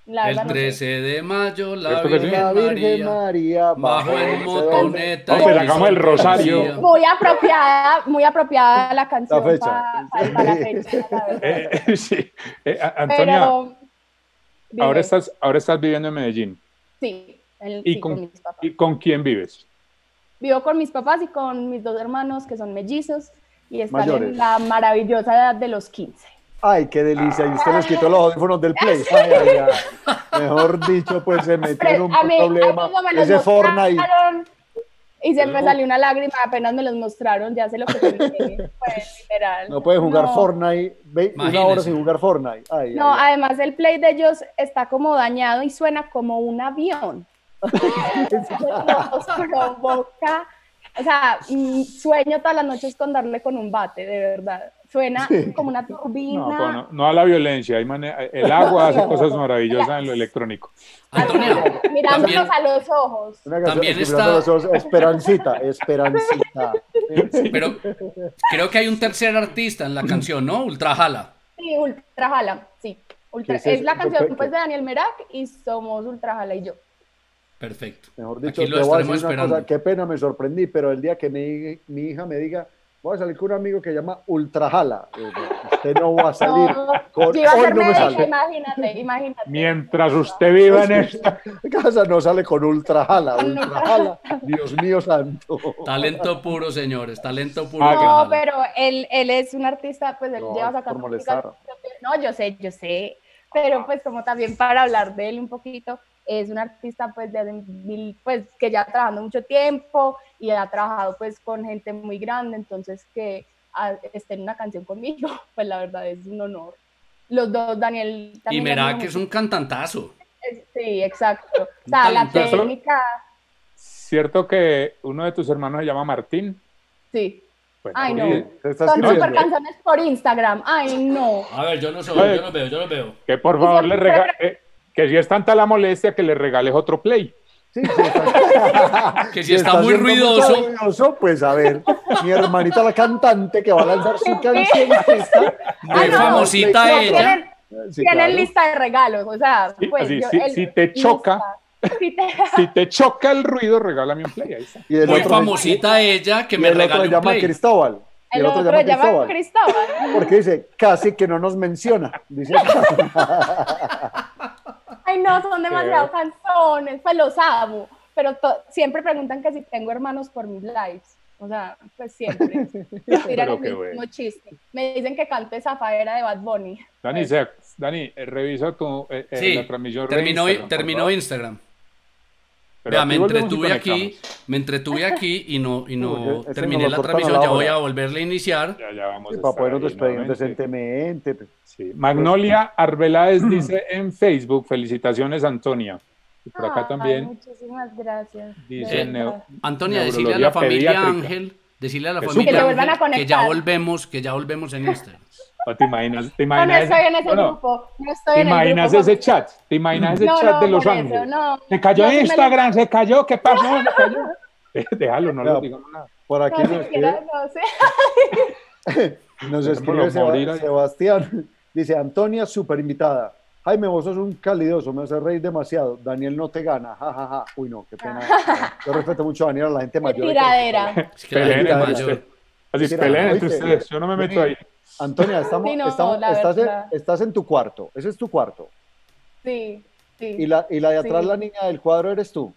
S4: La
S2: el
S4: verdad Ah, no sé.
S2: 13 de mayo, la
S1: ¿Esto qué
S2: Virgen,
S3: La
S2: María.
S3: Virgen María.
S2: Bajo el
S3: ese hombre.
S2: motoneta.
S1: Hombre,
S2: y
S1: hagamos el
S2: pisó
S1: rosario.
S2: Andalucía.
S4: Muy apropiada, muy apropiada la canción
S3: fecha.
S4: pa- pa- para la fecha, la verdad.
S1: Eh, eh, sí. Eh, a- Antonia,
S4: Pero dime,
S1: ahora, estás, ahora estás viviendo en Medellín.
S4: sí, el-
S1: y
S4: sí,
S1: con-
S4: con mis papás.
S1: ¿Y con quién vives?
S4: Vivo con mis papás y con mis dos hermanos que son mellizos y están
S3: Mayores.
S4: en la maravillosa edad de los 15.
S3: Ay, qué delicia. Y usted nos quitó los audífonos del Play. Ay, ay, ay. Mejor dicho, pues se metió en un
S4: A mí- a mí
S3: problema.
S4: cuando me los
S3: Ese Fortnite.
S4: mostraron, Y se me
S1: No.
S4: salió una lágrima, apenas me los mostraron, ya sé lo que se
S3: <laughs>
S4: me viene, pues, literal.
S3: No puede jugar
S4: No.
S3: Fortnite. Ve- una hora
S2: Imagínese.
S3: sin jugar Fortnite. Ay, ay,
S4: No,
S3: ay.
S4: además el play de ellos está como dañado y suena como un
S3: <laughs>
S4: avión. Nos provoca, o sea, mm, sueño todas las noches con darle con un bate, de verdad. Suena
S3: Sí.
S4: como una
S1: No,
S4: turbina.
S1: pues, no, no a la violencia. hay mane- el agua hace cosas maravillosas en lo electrónico.
S2: Antonia,
S4: mirándonos
S2: También-
S4: a los ojos.
S3: Una canción
S2: También
S3: que mirando
S2: está-
S3: los ojos, Esperancita,
S2: <laughs>
S3: Esperancita.
S2: pero creo que hay un tercer artista en la canción, ¿no? Ultrajala.
S4: Sí, Ultra Jala, sí. Ultra-
S3: ¿Qué es
S4: es, la
S3: eso?
S4: canción
S3: ¿Qué-
S4: pues,
S3: qué?
S4: de Daniel Merak y somos Ultra Jala y yo.
S2: Perfecto.
S3: Mejor dicho,
S2: Aquí lo
S3: te voy a decir
S2: estaremos
S3: una
S2: esperando.
S3: cosa, qué pena me sorprendí, pero el día que mi, mi hija me diga, voy a salir con un amigo que llama Ultrajala, eh, usted no va a salir
S4: No,
S3: con
S4: yo iba a
S3: hoy
S4: ser
S3: no me
S4: médica,
S3: sale.
S4: imagínate, imagínate.
S1: Mientras usted viva en
S3: <laughs>
S1: esta...
S3: Casa no sale con Ultrajala,
S2: Ah,
S3: Ultrajala, Dios mío santo.
S2: Talento puro, señores. Talento puro.
S1: Ah,
S4: No,
S2: Ultrajala.
S4: pero él, él es un artista, pues él
S3: No,
S4: lleva
S3: es por
S4: sacando música.
S3: molestar.
S4: No, yo sé, yo sé. Pero pues como también para hablar de él un poquito, es un artista pues de hace mil- pues que ya trabajando mucho tiempo y ha trabajado pues con gente muy grande, entonces que a- esté en una canción conmigo, <laughs> pues la verdad es un honor. Los dos, Daniel
S2: y
S4: también.
S2: Merak
S4: admiro
S2: es
S4: mucho.
S2: un cantantazo.
S4: Es- Sí, exacto. O sea, la
S2: talentoso.
S4: técnica,
S1: Cierto que uno de tus hermanos se llama Martín.
S4: sí.
S1: Bueno, pues
S4: Ay,
S1: oye,
S4: no.
S3: Se está
S4: Son
S3: escribiendo.
S4: super canciones por Instagram. Ay, no.
S2: A ver, yo no soy,
S1: Oye.
S2: yo lo veo, yo lo veo.
S1: Que por favor
S4: Y
S1: le
S4: siempre-
S1: regales... que si es tanta la molestia, que le regales otro play.
S3: Sí, sí,
S2: <laughs>
S3: está-
S2: Que si está muy
S3: haciendo mucho
S2: ruidoso.
S3: ruidoso, pues a ver, mi hermanita la cantante que va a
S2: <laughs>
S3: lanzar su canción.
S2: Muy
S4: Ah, no,
S2: famosita
S4: no,
S2: ella.
S4: tienen-
S3: Sí,
S4: tienen
S3: claro.
S4: lista de regalos, o sea,
S1: Sí,
S4: pues
S1: sí,
S4: yo-
S1: sí,
S4: el-
S1: si te choca.
S4: lista.
S1: <laughs>
S4: Si te-
S1: Si te choca el ruido, regálame un play. Ahí está.
S3: Y el
S2: Muy
S3: otro-
S2: famosita ella que
S3: y
S2: me
S3: el otro
S2: regaló
S3: le
S2: un
S3: llama
S2: play.
S3: Cristóbal. y
S4: el, otro, llama Cristóbal.
S3: Porque dice, casi que no nos menciona.
S2: <laughs>
S3: Dice,
S4: Ay,
S1: <laughs>
S4: no, son demasiado canciones, pues los amo, pero to- siempre preguntan que si tengo hermanos por mis lives. O sea,
S1: <laughs>
S4: pues siempre. Tiran
S1: Pero
S4: el
S1: qué
S4: mismo
S1: bueno.
S4: chiste. Me dicen que cante Zafaera de Bad Bunny.
S1: Dani, se- Dani eh, revisa tu, eh, eh,
S2: Sí,
S1: la transmisión. de
S2: Terminó,
S1: Instagram, por
S2: terminó
S1: favor.
S2: Instagram.
S1: Pero
S2: Vea, me
S1: aquí volvemos y
S2: entretuve aquí,
S1: conectamos.
S2: me entretuve aquí y no,
S1: <laughs>
S2: y
S3: Porque
S2: no
S3: ese
S2: terminé
S3: nos lo
S2: la
S3: cortan a
S2: transmisión.
S3: la
S2: ya voy
S3: hora.
S2: a volverle a iniciar.
S1: Ya, ya vamos. a
S3: para
S1: estar ahí
S3: podernos despedir
S1: nuevamente.
S3: decentemente. pues.
S1: Sí. Magnolia
S3: <clears throat>
S1: Arbeláez dice en Facebook, felicitaciones Antonia. Y por acá
S4: Ah, Ay,
S1: también
S4: muchísimas gracias. de
S1: dice
S4: verdad.
S1: Neo-
S2: Antonia, decirle a la
S1: Neurología
S2: familia
S1: pediátrica.
S2: Ángel, decirle a la
S1: Que
S2: familia
S4: se
S2: Ángel
S4: vuelvan a
S2: que ya
S4: conectar.
S2: volvemos, que ya volvemos en Instagram.
S1: ¿O te imaginas, te
S4: No, no
S1: imaginas,
S4: estoy en ese
S1: no, no,
S4: grupo. No estoy
S1: ¿te
S4: en el
S1: imaginas
S4: grupo,
S1: ese
S4: mami.
S1: chat, te imaginas ese
S4: No,
S1: chat
S4: no,
S1: de Los
S4: por eso,
S1: Ángeles.
S4: no.
S1: Se cayó
S4: Yo sí me lo-
S1: Instagram, se cayó, ¿qué pasó? Se
S4: <laughs>
S1: cayó. Eh, Déjalo, no
S3: No.
S1: lo digamos nada.
S3: Por aquí
S4: No,
S3: nos
S4: ni siquiera,
S3: escribe,
S4: no sé. <laughs>
S3: nos
S1: Dejémoslo
S3: escribe Seba-
S1: morir ahí.
S3: Sebastián. <laughs> Dice, Antonia, super invitada. Jaime, vos sos un calidoso, me hace reír demasiado. Daniel no te gana, jajaja. Uy, no, qué pena. <laughs> Yo respeto mucho a Daniel, a la gente
S4: Qué
S3: mayor.
S4: Ah. tiradera.
S2: Es que la
S1: Peleen
S2: gente
S3: Claro,
S1: entre
S2: mayor.
S1: ustedes. Así,
S3: Mira,
S1: peleen entre
S3: oíste.
S1: ustedes, yo no me meto ahí.
S3: Antonia, estamos,
S4: Sí, no,
S3: estamos-
S4: la
S3: estás, en,
S4: verdad.
S3: estás en tu cuarto, ese es tu cuarto.
S4: Sí, sí.
S3: Y la, y la de atrás,
S4: Sí.
S3: la niña del cuadro, eres tú.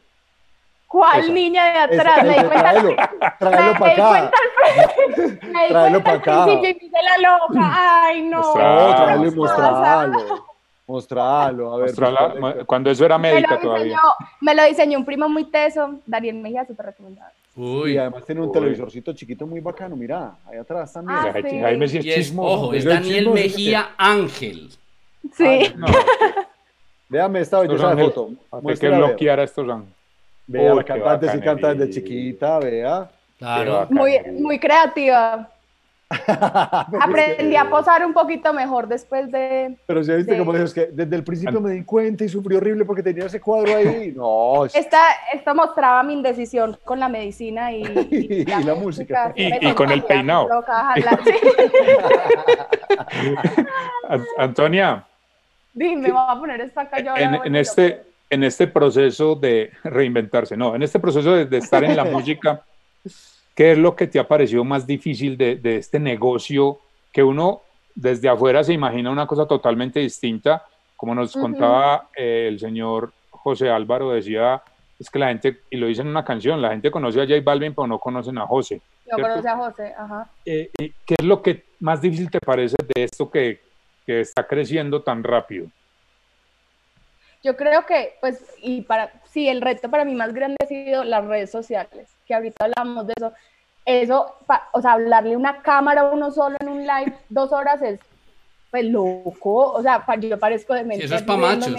S4: ¿Cuál
S3: Esa.
S4: niña de
S3: Ese-
S4: atrás? Me di
S3: ese,
S4: cuenta,
S3: tráelo, tráelo para
S4: me di cuenta
S3: acá.
S4: al frente. Me di
S3: Tráelo
S4: cuenta pues, al
S3: pa' acá.
S4: principio y me hice la loca. Ay, no.
S1: Mostralo,
S3: No, tráelo y
S4: Qué
S3: mostralo. Mostralo, a ver.
S1: Mostrala-
S3: pues,
S1: mo- cuando eso era
S4: Me
S1: médica
S4: lo,
S1: todavía.
S4: diseñó, me lo diseñó un primo muy teso, Daniel Mejía, súper recomendado.
S3: Y
S2: Uy,
S3: además tiene un
S1: Uy.
S3: televisorcito chiquito muy bacano, mira, ahí atrás también.
S1: O
S4: Ah,
S1: sea, Jaime-
S4: sí.
S1: Jaime sí es
S2: y es,
S1: chismoso.
S2: ojo, es
S3: Eso es
S2: Daniel
S3: chismoso,
S2: Mejía Ángel.
S4: Sí.
S1: No,
S3: Véame esta belleza de
S1: Ángel,
S3: foto.
S1: hay que
S3: Muéstrala, vea.
S1: bloquear a estos ángeles.
S3: Vea,
S1: Uy,
S3: la
S1: qué
S3: cantante sí canta desde
S1: bacanería.
S3: chiquita, vea. <laughs>
S2: Claro.
S4: muy, muy creativa.
S3: Pues
S4: Aprendí a posar un poquito mejor después de...
S3: Pero si viste
S4: Sí.
S3: como dijo, es que desde el principio me di cuenta y sufrí horrible porque tenía ese cuadro ahí. No, es-
S4: Esta, esto mostraba mi indecisión con la
S3: <laughs>
S4: medicina y,
S3: Y la música.
S1: Y-
S4: Me
S1: y con el
S4: contagia,
S1: peinado. <laughs>
S4: me provoca jalar, sí.
S1: An- Antonia,
S4: <laughs> Dime, voy a poner esta acá. yo ahora
S1: en,
S4: no voy
S1: en
S4: a-
S1: este, en este proceso de reinventarse, no, en este proceso de, de estar
S4: <laughs>
S1: en la música, ¿qué es lo que te ha parecido más difícil de, de este negocio que uno desde afuera se imagina una cosa totalmente distinta? Como nos
S4: Ujú.
S1: contaba eh, el señor José Álvaro, decía, es que la gente, y lo dice en una canción, la gente conoce a J Balvin, pero no conocen a José.
S4: No conoce a José, ajá.
S1: Eh, ¿y ¿Qué es lo que más difícil te parece de esto que, que está creciendo tan rápido?
S4: Yo creo que, pues, y para, sí, el reto para mí más grande ha sido las redes sociales, que ahorita hablamos de eso. Eso, pa- o sea, hablarle a una cámara a uno solo en un live dos horas es, pues, loco. O sea, pa- yo parezco de
S2: eso es pa' machos.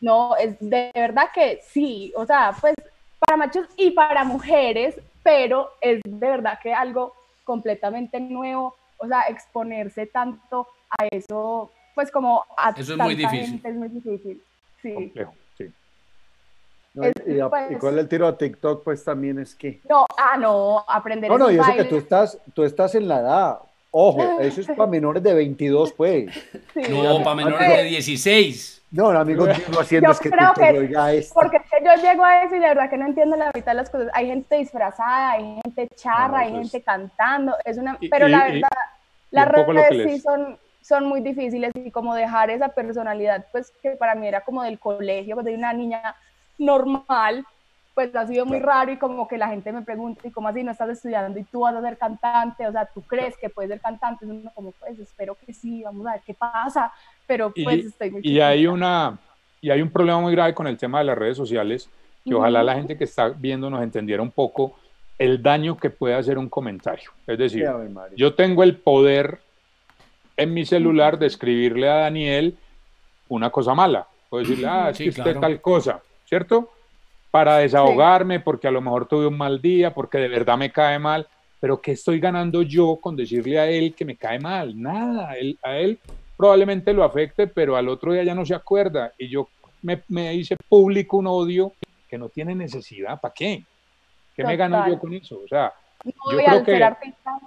S4: No, es de verdad que sí, o sea, pues, para machos y para mujeres, pero es de verdad que algo completamente nuevo, o sea, exponerse tanto a eso, pues, como a
S2: Eso es muy
S4: tanta
S2: difícil.
S4: gente es muy difícil. Sí.
S1: Complejo, sí.
S3: No, y, a-
S4: Pues-
S3: y cuál el tiro a TikTok, pues también es que.
S4: No, ah, no, aprender
S3: No, no,
S4: esos
S3: y eso que
S4: bailes,
S3: tú estás, tú estás en la edad.
S4: <laughs>
S3: Ojo, eso es para menores de 22, pues.
S4: sí.
S2: No, para menores de 16.
S3: No, no, amigo, digo haciendo
S4: Yo
S3: es que
S4: creo
S3: TikTok
S4: que-
S3: oiga esto.
S4: Porque es que yo llego a eso y la verdad que no entiendo la mitad de las cosas. Hay gente disfrazada, hay gente charra,
S1: No,
S4: hay
S1: eso es-
S4: gente cantando. Es una,
S1: Y-
S4: pero
S1: y-
S4: la
S1: y-
S4: verdad, las
S1: un poco lo que
S4: redes sí
S1: les-
S4: son, son muy difíciles y como dejar esa personalidad, pues que para mí era como del colegio, pues de una niña normal, pues ha sido muy raro y como que la gente me pregunta, ¿y cómo así no estás estudiando y tú vas a ser cantante? O sea, ¿tú crees que puedes ser cantante? Y uno como, pues espero que sí, vamos a ver qué pasa, pero
S1: Y-
S4: pues estoy muy...
S1: Y hay
S4: chiquita.
S1: una y hay un problema muy grave con el tema de las redes sociales que ojalá
S4: Ujú.
S1: la gente que está viendo nos entendiera un poco el daño que puede hacer un comentario. Es decir,
S3: Sí, Ave María.
S1: yo tengo el poder en mi celular de escribirle a Daniel una cosa mala. Puedo decirle, ah, es
S2: Sí,
S1: que usted
S2: claro.
S1: tal cosa, ¿cierto? Para desahogarme, porque a lo mejor tuve un mal día, porque de verdad me cae mal. Pero ¿qué estoy ganando yo con decirle a él que me cae mal? Nada. Él- a él probablemente lo afecte, pero al otro día ya no se acuerda. Y yo me, me hice público un odio que no tiene necesidad. ¿Para qué? ¿Qué me gano
S4: Total.
S1: yo con eso? O sea,
S4: No,
S1: yo
S4: y
S1: creo
S4: al
S1: que-
S4: ser artista,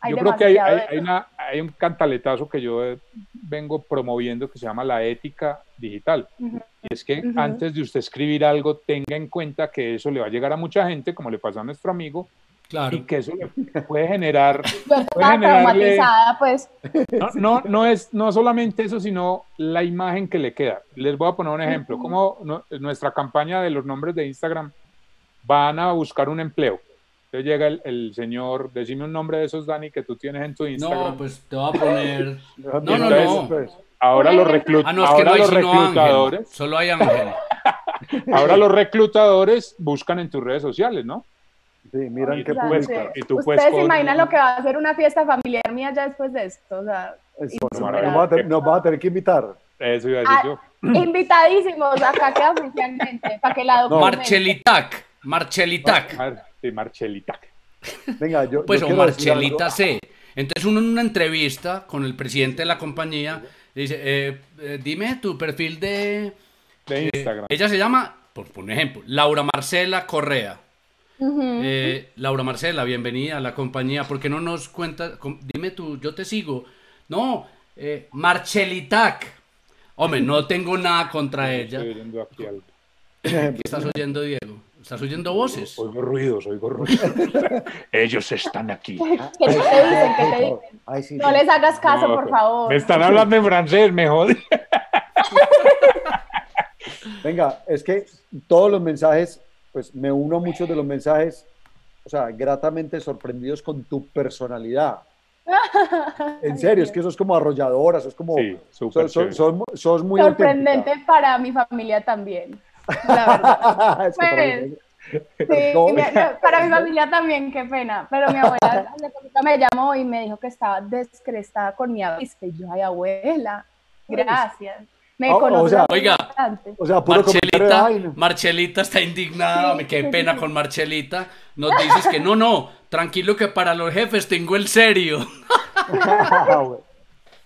S4: hay
S1: yo creo que hay,
S4: demasiado
S1: hay-
S4: de
S1: hay una- hay un cantaletazo que yo eh, vengo promoviendo que se llama la ética digital.
S4: Ujú.
S1: Y es que
S4: Ujú.
S1: antes de usted escribir algo, tenga en cuenta que eso le va a llegar a mucha gente, como le pasó a nuestro amigo, y
S2: Claro.
S1: que eso le puede
S4: <laughs>
S1: generar
S4: Yo Pues estaba
S1: generarle-
S4: traumatizada, pues.
S1: No, no, no es no solamente eso, sino la imagen que le queda. Les voy a poner un ejemplo. Como no- nuestra campaña de los nombres de Instagram van a buscar un empleo. Entonces llega el, el señor, decime un nombre de esos, Dani, que tú tienes en tu Instagram.
S2: No, pues te voy a poner.
S3: No,
S2: no, no,
S3: entonces,
S2: no.
S3: pues,
S1: ahora los, reclut-
S2: Ah, no, es que
S1: ahora
S2: no hay
S1: los
S2: sino Ángel.
S1: reclutadores,
S2: Solo hay Ángel.
S1: ahora los reclutadores buscan en tus redes sociales, ¿no?
S3: sí, miran
S1: Y
S3: qué
S1: tú
S4: Claro,
S1: puedes-
S4: sí.
S3: publica.
S1: y tú puedes
S4: Ustedes se
S1: con-
S4: imaginan lo que va a ser una fiesta familiar mía ya después de esto. O sea,
S3: Eso,
S4: Y-
S3: nos va a tener- nos va a tener que invitar.
S1: Eso iba a decir
S4: Ah,
S1: Pues, yo.
S4: <clears throat> invitadísimos acá queda oficialmente para que la documenten.
S2: Marchelitac. Marchelitac.
S1: Mar- Ah, sí, Marchelita.
S3: Venga, yo.
S2: Pues
S3: yo
S2: o
S3: quiero decir algo.
S2: Marchelita C. Entonces uno en una entrevista con el presidente de la compañía le dice, eh, eh, dime tu perfil de...
S1: De Instagram.
S2: Ella se llama, por por un ejemplo, Laura Marcela Correa.
S4: Ujú.
S2: Eh, Laura Marcela, bienvenida a la compañía. ¿Por qué no nos cuentas? Com- Dime tú, yo te sigo. No, eh, Marchelitac. Hombre, no tengo nada contra Ah, ella.
S1: Estoy oyendo aquí algo.
S2: ¿Qué estás oyendo, Diego? ¿Estás oyendo voces?
S1: Oigo ruidos, oigo ruidos. Ellos están
S4: <laughs>
S1: aquí.
S4: ¿Qué te dicen? ¿Qué te dicen?
S3: Ay, sí,
S4: No
S3: sí.
S4: les hagas caso,
S1: No,
S4: por
S1: pues,
S4: favor.
S1: Me están hablando en francés, me jodí.
S3: Venga, es que todos los mensajes, pues me uno a muchos de los mensajes, o sea, gratamente sorprendidos con tu personalidad.
S4: <laughs>
S3: En serio, es que sos como arrolladora, sos como...
S1: Sí, súper
S3: sos, sos- sos mu- sos muy
S4: Sorprendente para mi familia también. La verdad.
S3: auténtica. <laughs> Es que para mí-
S4: Pues, Sí,
S3: No.
S4: y me- no, para mi familia también, qué pena. Pero
S3: <laughs>
S4: mi abuela hace poquito me llamó y me dijo que estaba descrestada con mi avispe. Y Yo, ay, abuela, gracias. Me
S3: Ah, O- o
S4: conoce
S3: sea-
S2: Oiga.
S4: bastante.
S3: o sea, puro comentario de
S2: Marchelita, <laughs>
S3: vaina. <laughs>
S2: Marchelita está indignada,
S4: Sí,
S2: me qué
S4: sí,
S2: pena
S4: sí.
S2: con Marchelita. Nos dices que no, no, tranquilo que para los jefes tengo el serio.
S3: Ah, güey.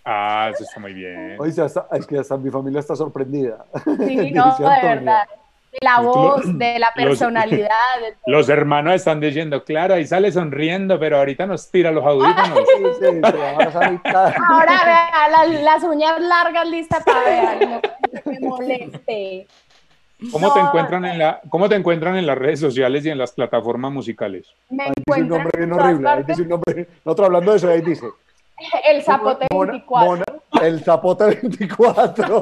S1: Ah, eso está muy bien.
S3: <laughs> Oye, ya está- es que hasta mi familia está sorprendida.
S4: Sí, no,
S3: Dice
S4: de
S3: Antonio.
S4: verdad. la voz,
S3: <laughs>
S4: de la personalidad. de todo.
S1: Los hermanos están diciendo, claro, ahí sale sonriendo, pero ahorita nos tira los
S4: <laughs>
S1: audífonos.
S3: Sí, sí, sí, ahora sale tal.
S4: Ahora vea, la- las uñas largas listas para ver, no me moleste.
S1: ¿Cómo, te
S4: No,
S1: encuentran en la, ¿Cómo te encuentran en las redes sociales y en las plataformas musicales?
S4: Me
S3: Dice un
S4: encuentro
S3: nombre bien horrible. Ahí dice un nombre. Nosotros hablando de eso, ahí dice.
S4: el zapote
S3: Mona-
S4: 24.
S3: Mona- el zapote
S1: <laughs>
S3: 24.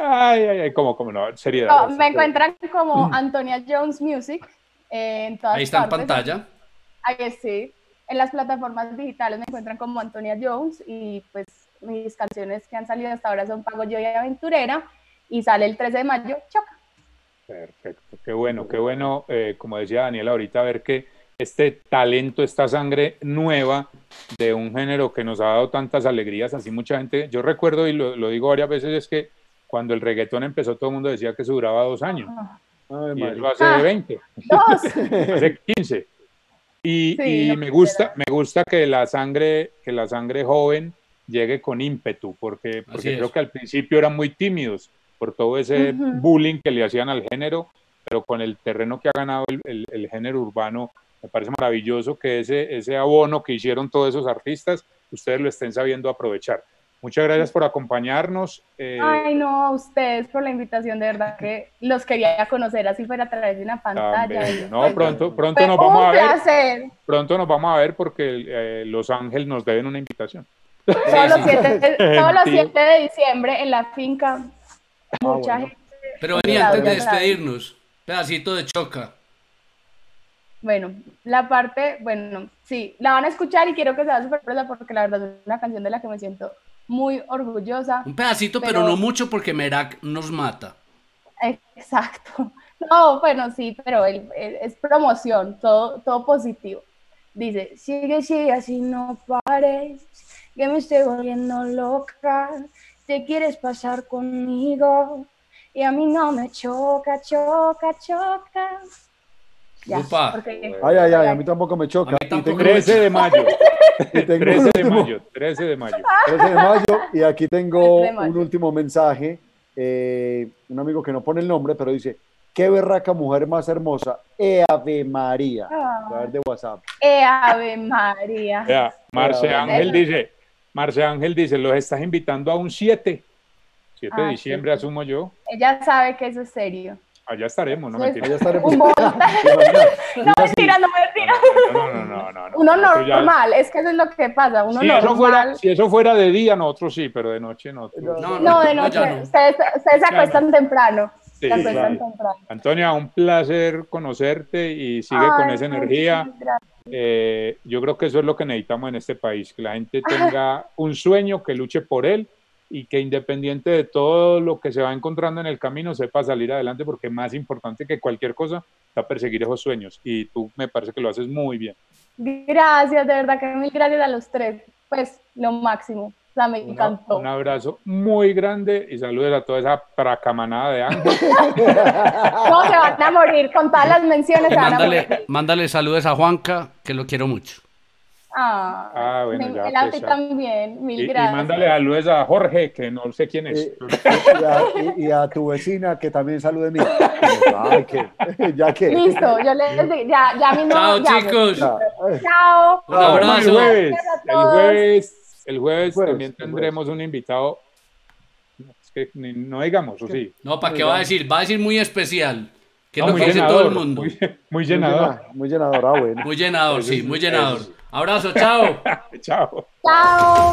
S1: Ay, ay, ay, ¿cómo, cómo no? Seriedad.
S4: No, me encuentran como Antonia Jones Music eh, en todas
S2: Mm. Ahí está en
S4: partes.
S2: pantalla.
S4: Ahí sí. En las plataformas digitales me encuentran como Antonia Jones y pues mis canciones que han salido hasta ahora son Pago Yo y Aventurera y sale el 13 de mayo,
S1: <laughs>
S4: Choca.
S1: Perfecto, qué bueno, qué bueno, eh, como decía Daniela ahorita, ver que este talento, esta sangre nueva de un género que nos ha dado tantas alegrías, así mucha gente, yo recuerdo y lo, lo digo varias veces, es que cuando el reggaetón empezó todo el mundo decía que eso duraba dos años,
S3: Ay,
S1: y
S3: madre.
S1: eso hace
S4: Ah.
S1: 20,
S4: Dos.
S1: hace 15. Y,
S4: Sí,
S1: y
S4: no
S1: me gusta, me gusta que la sangre, que la sangre joven llegue con ímpetu, porque, porque
S2: es.
S1: creo que al principio eran muy tímidos por todo ese
S4: Ujú.
S1: bullying que le hacían al género, pero con el terreno que ha ganado el, el- el género urbano, me parece maravilloso que ese, ese abono que hicieron todos esos artistas, ustedes lo estén sabiendo aprovechar. Muchas gracias por acompañarnos. eh,
S4: Ay, no, a ustedes por la invitación, de verdad que los quería conocer así fuera a través de una
S1: tan
S4: pantalla.
S1: bello.
S4: y
S1: No,
S4: pues,
S1: pronto, pronto
S4: fue
S1: nos vamos
S4: un
S1: a ver.
S4: placer.
S1: Pronto nos vamos a ver porque eh, Los Ángeles nos deben una invitación.
S4: Todos, los
S2: sí.
S4: siete, todos los
S1: Sí.
S4: 7 de diciembre en la finca.
S1: Ah,
S4: Mucha
S3: bueno.
S4: gente.
S2: Pero vení,
S4: Claro,
S2: antes de
S4: ya sabes.
S2: despedirnos, pedacito de choca.
S4: Bueno, la parte, bueno, sí, la van a escuchar y quiero que sea súper presa porque la verdad es una canción de la que me siento muy orgullosa.
S2: Un pedacito, pero,
S4: Pero-
S2: no mucho porque Merak nos mata.
S4: Exacto. <laughs> No, bueno, sí, pero el- el- es promoción, todo, todo positivo. Dice,
S5: Sigue, sigue, así no pares, que me estoy volviendo loca. Te quieres pasar conmigo y a mí no me choca, choca, choca.
S4: ya,
S2: Upa.
S1: Ah,
S4: porque
S3: Ay, ay, ay, a mí tampoco me choca.
S2: A mí tampoco
S3: Y tengo-
S2: me
S1: 13 de mayo.
S3: y tengo un
S1: 13 de
S3: último-
S1: mayo, 13 de mayo.
S3: 13 de mayo. Y aquí tengo
S4: 13 de mayo.
S3: un último mensaje. eh, un amigo que no pone el nombre, pero dice: Qué berraca mujer más hermosa. E Ave María.
S4: Ah.
S3: A ver, de WhatsApp.
S4: eh, Ave María.
S1: Vea, Marce
S3: Bravo.
S1: Ángel dice, Marce Ángel dice, los estás invitando a un 7. 7 de
S4: Ah,
S1: diciembre, asumo yo.
S4: Ella sabe que eso es serio.
S1: Allá estaremos, no
S4: Eso es
S1: mentira.
S3: Allá estaremos.
S4: un bono.
S3: Imagina,
S4: <laughs> No, mentira, no, mentira.
S1: No, no, no, no. no.
S4: Uno
S1: Nosotros Ah, ya-
S4: normal, es que eso es lo que pasa. Uno
S1: Si
S4: normal.
S1: eso, fuera, si eso fuera de día, nosotros sí, pero de noche nosotros.
S2: No,
S4: No, de
S2: no,
S4: noche.
S2: ya no.
S4: Ustedes, ustedes se acuestan temprano.
S1: Sí,
S4: se acuestan
S1: claro.
S4: temprano.
S1: Antonia, un placer conocerte y sigue con
S4: Ay, pues,
S1: esa
S4: muchas
S1: energía.
S4: gracias.
S1: Eh, yo creo que eso es lo que necesitamos en este país, que la gente tenga un sueño, que luche por él y que independiente de todo lo que se va encontrando en el camino, sepa salir adelante porque más importante que cualquier cosa está perseguir esos sueños y tú me parece que lo haces muy bien.
S4: Gracias, de verdad que mil gracias a los tres. Pues lo máximo. O sea, me
S1: Una-
S4: encantó.
S1: un abrazo muy grande y saludos a toda esa tracamanada de
S4: <laughs>
S1: ángeles.
S4: No, se van a morir con todas las
S2: <laughs>
S4: menciones.
S2: Y
S4: Se van a
S2: mándale,
S4: morir.
S2: mándale saludos a Juanca, que lo quiero mucho.
S4: Ah,
S1: Ah, bueno,
S4: me-
S1: ya,
S4: él a ti
S1: pues, ya.
S4: también.
S1: Y,
S4: Mil
S1: y
S4: gracias.
S1: mándale saludos a Jorge, que no sé quién es.
S3: Eh, y, a, y- y a tu vecina que también salude mío. Ay, que, <laughs> ya que.
S4: Listo, yo les digo, ya, ya mismo.
S2: Chao,
S4: llamo.
S2: chicos.
S3: Ya.
S4: Chao.
S2: Un abrazo.
S1: El jueves, el
S4: todos.
S1: jueves, el jueves
S3: Jueves,
S1: también
S3: el
S1: tendremos un invitado. No, Es que ni- no digamos, o sí.
S2: No, ¿para qué va a decir? Va a decir muy especial. Que es
S1: No,
S2: lo que dice todo el mundo.
S1: Muy,
S2: Muy,
S1: muy
S3: Muy
S1: llenador.
S3: llena- Muy llenador, ah, bueno.
S2: llenador, sí, muy llenador. Abrazo, chao.
S1: <laughs> Chao.
S4: Chao.